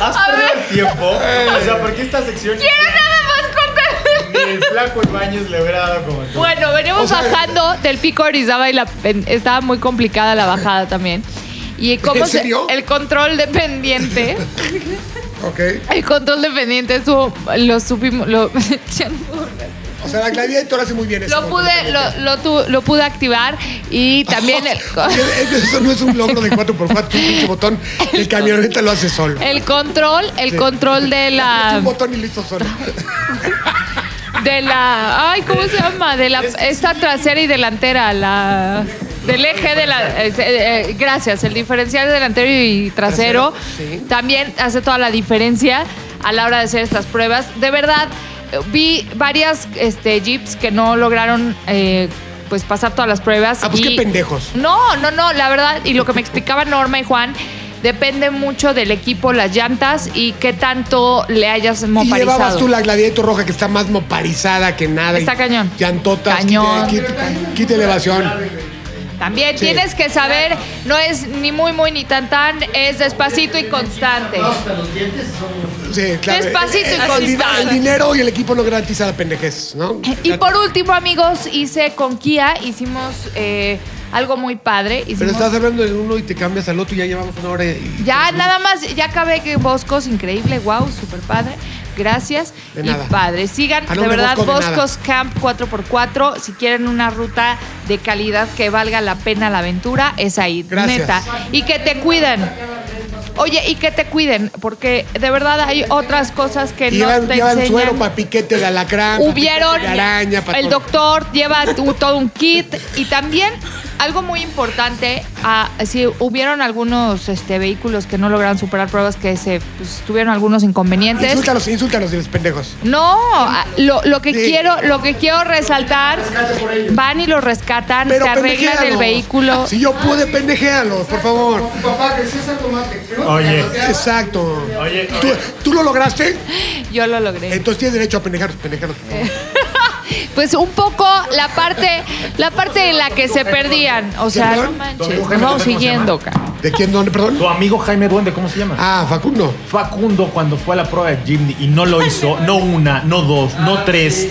¿Has perdido el tiempo? O sea, porque esta sección
Quiero nada más contar.
ni el flaco en baños le hubiera dado como tú.
Bueno, venimos
O sea,
bajando
*laughs*
del pico de Orizaba y la, en- estaba muy complicada la bajada también. Y cómo
¿En
se-
serio?
el control de
*laughs*
pendiente,
Ok.
el control de pendiente estuvo, lo supimos, lo, *laughs* ya no-
O sea, la gladiator hace muy bien eso.
lo pude, lo, lo tu- lo pude activar
*laughs*
y también el, co-
Eso no es un logro de 4x4, es un pinche botón. El camioneta lo hace solo.
el control, el
Sí.
control de
Es
la,
un botón y listo solo.
de la, ay, ¿cómo se llama? De la, esta trasera y delantera, la, del eje de la, eh, eh, gracias, el diferencial delantero y trasero, también hace toda la diferencia a la hora de hacer estas pruebas. De verdad, eh, vi varias este, jeeps que no lograron... eh, pues pasar todas las pruebas.
Ah, pues qué
y-
pendejos.
No, no, no, la verdad, y lo que me explicaba Norma y Juan, depende mucho del equipo, las llantas y qué tanto le hayas
Y
moparizado.
llevabas tú la gladiator roja que está más moparizada que nada.
Está
Y
cañón.
Llantotas.
Cañón.
Quita, quita- quita elevación.
También
Sí.
tienes que saber, no es ni muy, muy, ni tan, tan, es despacito y constante.
Hasta los dientes son.
Sí, claro.
Despacito y
El- el-
con
el, din-
distancia.
el dinero y el equipo no garantiza la pendejez, ¿no?
Eh, Y por último, amigos, hice con Kia, hicimos eh, algo muy padre.
Pero
Hicimos,
estás hablando de uno y te cambias al otro y ya llevamos una hora y...
ya nada más, ya acabé que Boscos, increíble, wow, súper padre. Gracias
De
y
nada.
padre. Sigan,
A
de
nombre de
verdad,
Bosco, de nada.
Boscos Camp 4x4. Si quieren una ruta de calidad que valga la pena la aventura, es ahí,
Gracias.
neta. Y que te cuiden. Oye, y que te cuiden, porque de verdad hay otras cosas que no
llevan,
te
llevan
enseñan.
suero para piquete de alacrán. pa'
Hubieron
piquete de araña, pa'
el
todo.
doctor lleva tu- todo un kit y también algo muy importante, ah, sí, hubieron algunos este, vehículos que no lograron superar pruebas que se pues, tuvieron algunos inconvenientes.
Insúltalos, insúltalos de los pendejos.
No, ah, lo, lo que
Sí.
quiero, lo que quiero resaltar, van y lo rescatan,
Pero Ah,
te arreglan el
pendejealos.
vehículo.
Si yo pude, pendejealos, por favor.
Como tu papá que sí es tomate. creo
Oye.
que la pateaba.
Exacto.
Oye,
¿Tú, tú lo lograste?
Yo lo logré.
Entonces tienes derecho a pendejarlos, pendejarlos. por favor. Eh.
pues un poco la parte, la parte en la que se perdían. O sea, no
perdón?
manches.
Eugenio, ¿cómo
Vamos
se llama?
siguiendo, cara.
¿De quién? ¿Dónde? Perdón.
tu amigo Jaime Duende, ¿cómo se llama?
Ah, Facundo.
Facundo cuando fue a la prueba de Jimny y no lo hizo, no una, no dos,
Ah,
no tres,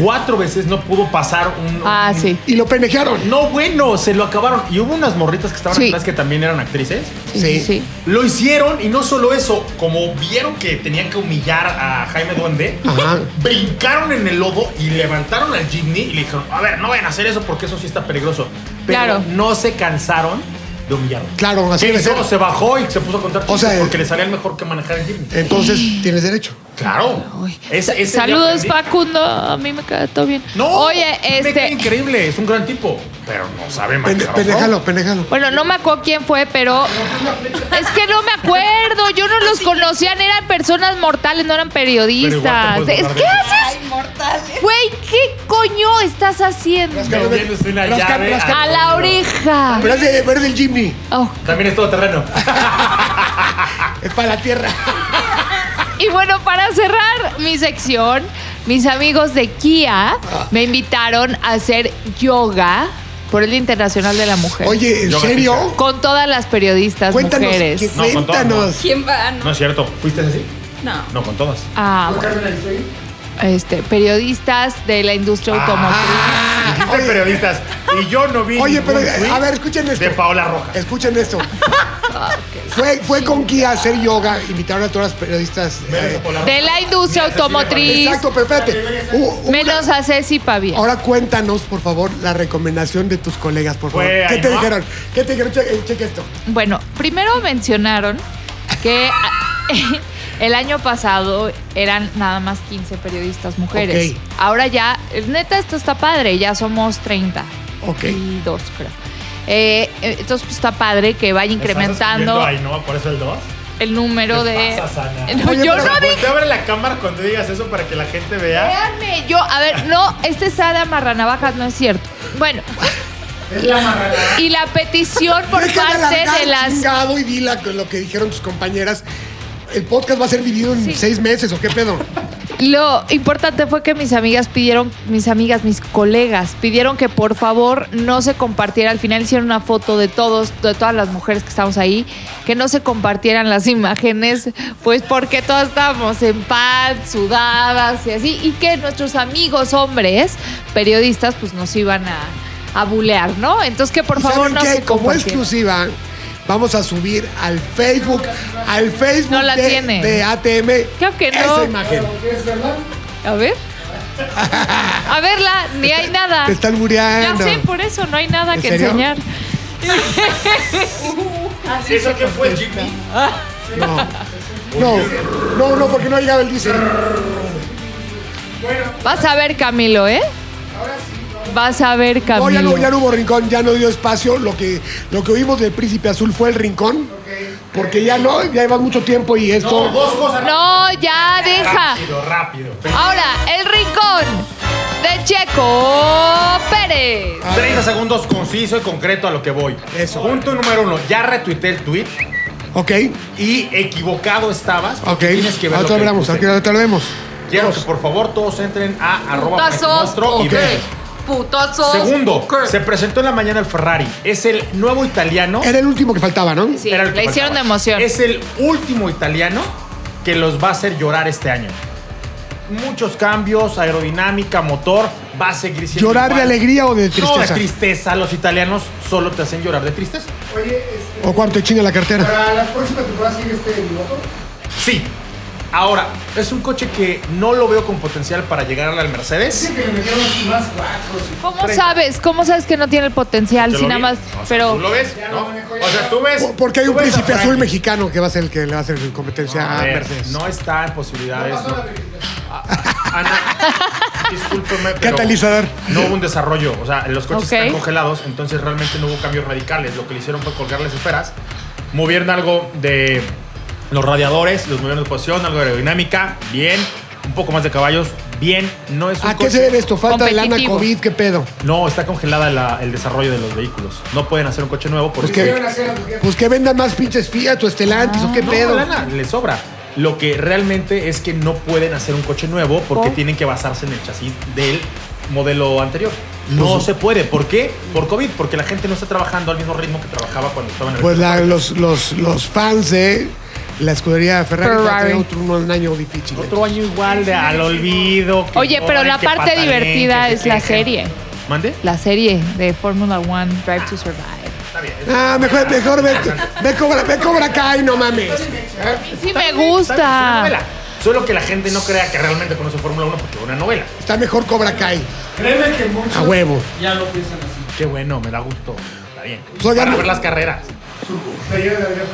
cuatro veces no pudo pasar un...
Ah, sí.
Y lo pendejearon.
No, bueno, se lo acabaron. Y hubo unas morritas que estaban
Sí.
atrás que también eran actrices.
Sí, sí, sí.
Lo hicieron y no solo eso, como vieron que tenían que humillar a Jaime Duende,
Ajá.
brincaron en el lodo y levantaron al Jimny y le dijeron, a ver, no vayan a hacer eso porque eso sí está peligroso. Pero
Claro.
no se cansaron de humillarlo.
Claro, así
Que
debe ser.
hizo, se bajó y se puso a contar
O sea, eh,
chistes porque le salía mejor que manejar el Jimny.
Entonces tienes derecho.
Claro. Es- ese día
Saludos,
aprendí.
Facundo. A mí me queda todo bien.
No,
Oye,
me cae
este.
increíble, es un gran tipo, pero no sabe
Pende-
manejar.
pendejalo, pendejalo.
Bueno, no me acuerdo quién fue, pero. Es que no me acuerdo. Yo no los conocían. Eran personas mortales, no eran
Pero igual
periodistas.
te puedes
Es,
burlar
¿Qué
de
haces? Güey, ¿qué coño estás haciendo?
Me vienes una
Rasca-
llave.
rasca-
A la oreja.
Pero es, de- pero es del Jimmy.
Oh,
También es todo terreno.
Es para la tierra.
Y bueno, para cerrar mi sección, mis amigos de Kia me invitaron a hacer yoga por el Día Internacional de la Mujer.
Oye, ¿en
Yo me
serio?
Con todas las periodistas
Cuéntanos.
mujeres.
que-
No, con todas,
cuéntanos.
¿Quién va? Ah, No.
No es cierto.
¿Fuiste así?
no.
No, con todas.
Ah, bueno, este, periodistas de la industria
Ah.
automotriz.
Dijiste periodistas. Y yo no vi.
Oye, pero
ningún tweet
a ver, escuchen esto.
De Paola Rojas.
Escuchen *laughs* esto. Fue, fue con Kia a hacer yoga, invitaron a todas las periodistas. eh,
De la industria automotriz.
exacto, Oh. pero espérate. Hubo una-
Menos a Ceci Pavía.
Ahora cuéntanos, por favor, la recomendación de tus colegas, por favor.
Fue
¿Qué te
Ainhoa.
dijeron? ¿Qué te dijeron? Cheque, cheque esto.
Bueno, primero mencionaron que *laughs* el año pasado eran nada más 15 periodistas mujeres.
Ok.
Ahora ya, neta, esto está padre, ya somos 30
Ok.
y dos, creo. Eh, eh, entonces pues, está padre que vaya incrementando
Ahí, ¿no? Por eso el 2.
el número
¿Qué
de...
pasa, Sana?
*laughs* No,
Oye,
yo
pero-
no dije...
Te abre la cámara cuando digas eso para que la gente vea.
Créanme, yo, a ver, no, este está de amarranavajas, no es cierto. Bueno,
Es la marranada.
y la petición por
Deja de
parte
alargar,
de las
chingado, y di la- lo que dijeron tus compañeras. El podcast va a ser dividido en seis meses, ¿o qué pedo?
Lo importante fue que mis amigas pidieron, mis amigas, mis colegas, pidieron que por favor no se compartiera. Al final hicieron una foto de todos, de todas las mujeres que estamos ahí, que no se compartieran las imágenes, pues porque todas estábamos en paz, sudadas y así, y que nuestros amigos hombres, periodistas, pues nos iban a, a bulear, ¿no? Entonces que por
¿Y
favor
saben
no
qué?
se
Como
compartiera.
exclusiva, vamos a subir al Facebook, al Facebook
No la
de,
tiene.
de ATM.
Claro que no.
Esa imagen.
¿Es verdad?
A
*laughs*
ver. A verla, ni hay nada.
Te están
Ah. Ya
muriendo.
sé, por eso no hay nada
¿En
que
serio?
enseñar.
¿Eso qué fue, Jimmy?
No. No, no, no, porque no ha llegado el diésel.
Vas a ver, Camilo, ¿eh? Vas a ver,
No,
Camilo.
ya no, ya no hubo rincón, ya no dio espacio. Lo que, lo que oímos del Príncipe Azul fue el rincón. Porque ya no, ya lleva mucho tiempo y esto.
Dos cosas.
No, ya, deja.
Rápido, rápido.
Ahora, el rincón de Checo Pérez.
30 segundos conciso y concreto a lo que voy.
Eso.
Punto número uno. Ya retuiteé el tweet
Ok,
y equivocado estabas.
ok.
porque Tienes que ver lo
Ahorita
que
hablamos,
puse.
ahorita lo vemos.
Quiero que por favor todos entren a arroba
Putazos.
monstruo y
ok.
vean.
Putazos.
Segundo,
ok.
se presentó en la mañana el Ferrari. Es el nuevo italiano.
Era el último que faltaba, ¿no?
Sí,
Era el que
le hicieron de
faltaba.
emoción.
Es el último italiano que los va a hacer llorar este año. Muchos cambios, aerodinámica, motor, va a seguir siendo.
¿Llorar de
igual.
alegría o de
No, de
tristeza?
tristeza. Los italianos solo te hacen llorar de tristeza.
Oye, este,
¿O cuánto chinga la cartera?
para la próxima temporada sigue este piloto.
Sí. Ahora, es un coche que no lo veo con potencial para llegar al Mercedes.
Dicen que le metieron más cuatro. sí.
¿Cómo sabes? ¿cómo sabes que no tiene el potencial?
Yo
Si
lo
nada
vi.
más,
O sea,
pero
¿Tú lo ves?
Ya
¿No?
lo manejó
O sea, tú ves.
Porque hay
tú
un
ves a
príncipe azul
Frankie.
mexicano que va a ser el que le va a hacer competencia
A
a,
ver,
Mercedes.
no está en posibilidades.
Pasó
no.
la verificación.
Ana, *laughs* discúlpeme. pero
Catalizador.
No hubo un desarrollo. O sea, los coches
Ok.
están congelados, entonces realmente no hubo cambios radicales. Lo que le hicieron fue colgar las esferas, movieron algo de los radiadores, los movieron de posición, algo de aerodinámica, bien. Un poco más de caballos, bien. No es un
¿A qué
coche-
se debe esto? ¿Falta de lana
Competitivo.
COVID? ¿Qué pedo?
No, está congelada la- el desarrollo de los vehículos. No pueden hacer un coche nuevo porque.
Pues que,
Iban a hacer a mujer.
pues que vendan más pinches Fiat o Estelantis o qué
No,
pedo.
lana, le sobra. Lo que realmente es que no pueden hacer un coche nuevo porque
¿Por?
tienen que basarse en el chasis del modelo anterior. No
Pues-
se puede. ¿Por qué? Por COVID, porque la gente no está trabajando al mismo ritmo que trabajaba cuando estaban en el.
Pues la- los, los, los fans de la escudería Ferrari, va a
Ferrari.
tener otro, un año difícil. ¿eh?
Otro año igual de al olvido. que
Oye, pero
lloren,
la
que
parte
pataleen,
divertida
que se
es la
quejen.
serie.
¿Mande?
la serie de Fórmula One, Drive to Survive.
Está bien.
Ah, mejor, mejor ve, ve cobra, ve cobra acá y no mames.
Sí, me
Está bien, Es una
gusta.
novela. Solo que la gente no crea que realmente conoce Fórmula 1 porque es una novela.
Está mejor cobra Kai.
Créeme que muchos
A huevo.
ya lo piensan así.
Qué bueno, me da gusto. Pues Está bien.
oigan,
Para ver las carreras.
Taller de Adrián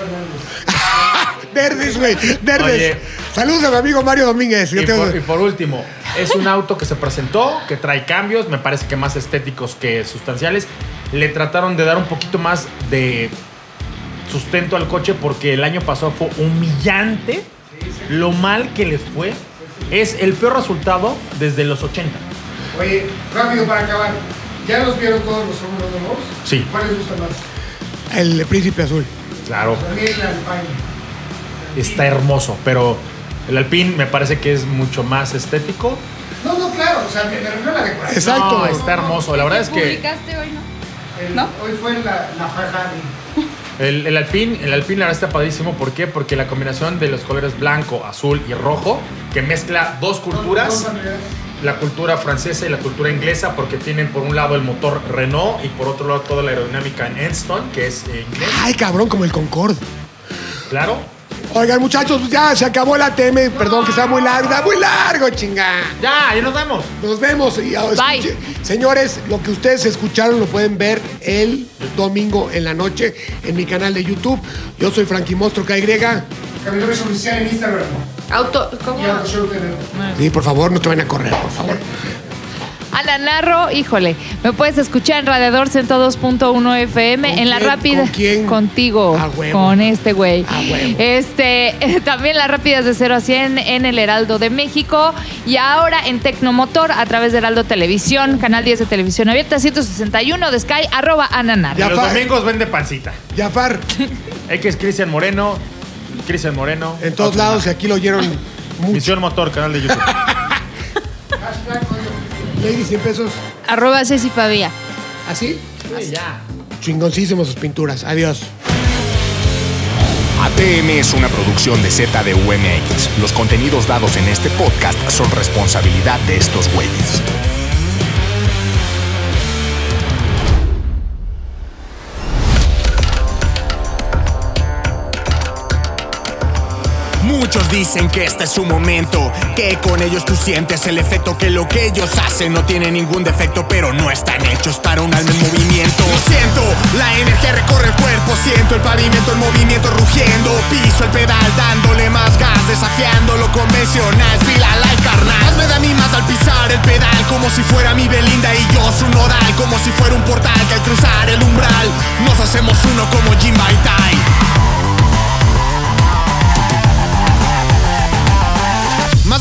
Fernández.
Verdes, güey. Verdes.
Oye.
Saludos a mi amigo Mario Domínguez. Yo
Y
tengo-
por, y por último, es un auto que se presentó, que trae cambios, me parece que más estéticos que sustanciales. Le trataron de dar un poquito más de sustento al coche porque el año pasado fue humillante lo mal que les fue. Es el peor resultado desde los 80.
Oye, rápido para acabar. ¿Ya los vieron todos los hombres nuevos?
Sí.
¿Cuál les gusta más?
El príncipe azul.
Claro,
A mí el Alpine.
está hermoso, pero el Alpine me parece que es mucho más estético.
No, no, claro, o sea, me, me refiero a la decoración.
Exacto. No, está hermoso, la verdad es que...
Publicaste hoy, ¿no?
El-
¿No?
Hoy fue la, la Ferrari.
El, el alpín, el alpín la verdad está padrísimo. ¿Por qué? Porque la combinación de los colores blanco, azul y rojo, que mezcla dos culturas, la cultura francesa y la cultura inglesa, porque tienen por un lado el motor Renault y por otro lado toda la aerodinámica en Enston, que es eh, inglés,
Ay, cabrón, como el Concorde.
claro.
Oigan, muchachos, pues ya se acabó la TM. Perdón que está muy larga, muy largo, chinga.
Ya, ya nos vamos.
Nos vemos. y ahora
Bye.
escuche- Señores, lo que ustedes escucharon lo pueden ver el domingo en la noche en mi canal de YouTube. Yo soy Frankie Mostro KY.
Camioneros oficial en Instagram.
Auto, ¿cómo?
Y Auto Show TV.
Sí, por favor, no te van a correr, por favor.
Ana Narro, híjole, me puedes escuchar en Radiador 102.1
¿Con
FM en la
quién?
rápida
¿Con quién?
contigo
A huevo.
con este güey.
A huevo.
Este, *laughs* también las rápidas de 0 a 100 en El Heraldo de México y ahora en Tecnomotor a través de Heraldo Televisión, canal 10 de Televisión Abierta 161 de Sky arroba Ana Narro.
Y
Ya
los
fa-
domingos vende pancita.
Jafar,
X Cristian Moreno, Cristian Moreno.
en todos lados, y aquí lo oyeron mucho.
Misión Motor, canal de YouTube.
Lady, 100 pesos.
Arroba Ceci Pavía.
¿Así?
Sí, ya.
Chingoncísimos ¿Ah, sus pinturas. Adiós.
ATM es una producción de ZDUMX. Los contenidos dados en este podcast son responsabilidad de estos güeyes.
Muchos dicen que este es su momento, que con ellos tú sientes el efecto, que lo que ellos hacen no tiene ningún defecto, pero no están hechos para un alma en movimiento. Lo siento, la energía recorre el cuerpo, siento el pavimento, el movimiento rugiendo, piso el pedal dándole más gas, desafiando lo convencional, fila la carnal. Me da mi más al pisar el pedal, como si fuera mi Belinda y yo su nodal, como si fuera un portal que al cruzar el umbral nos hacemos uno como Jim Baitai. Más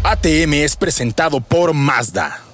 ATM es presentado por Mazda.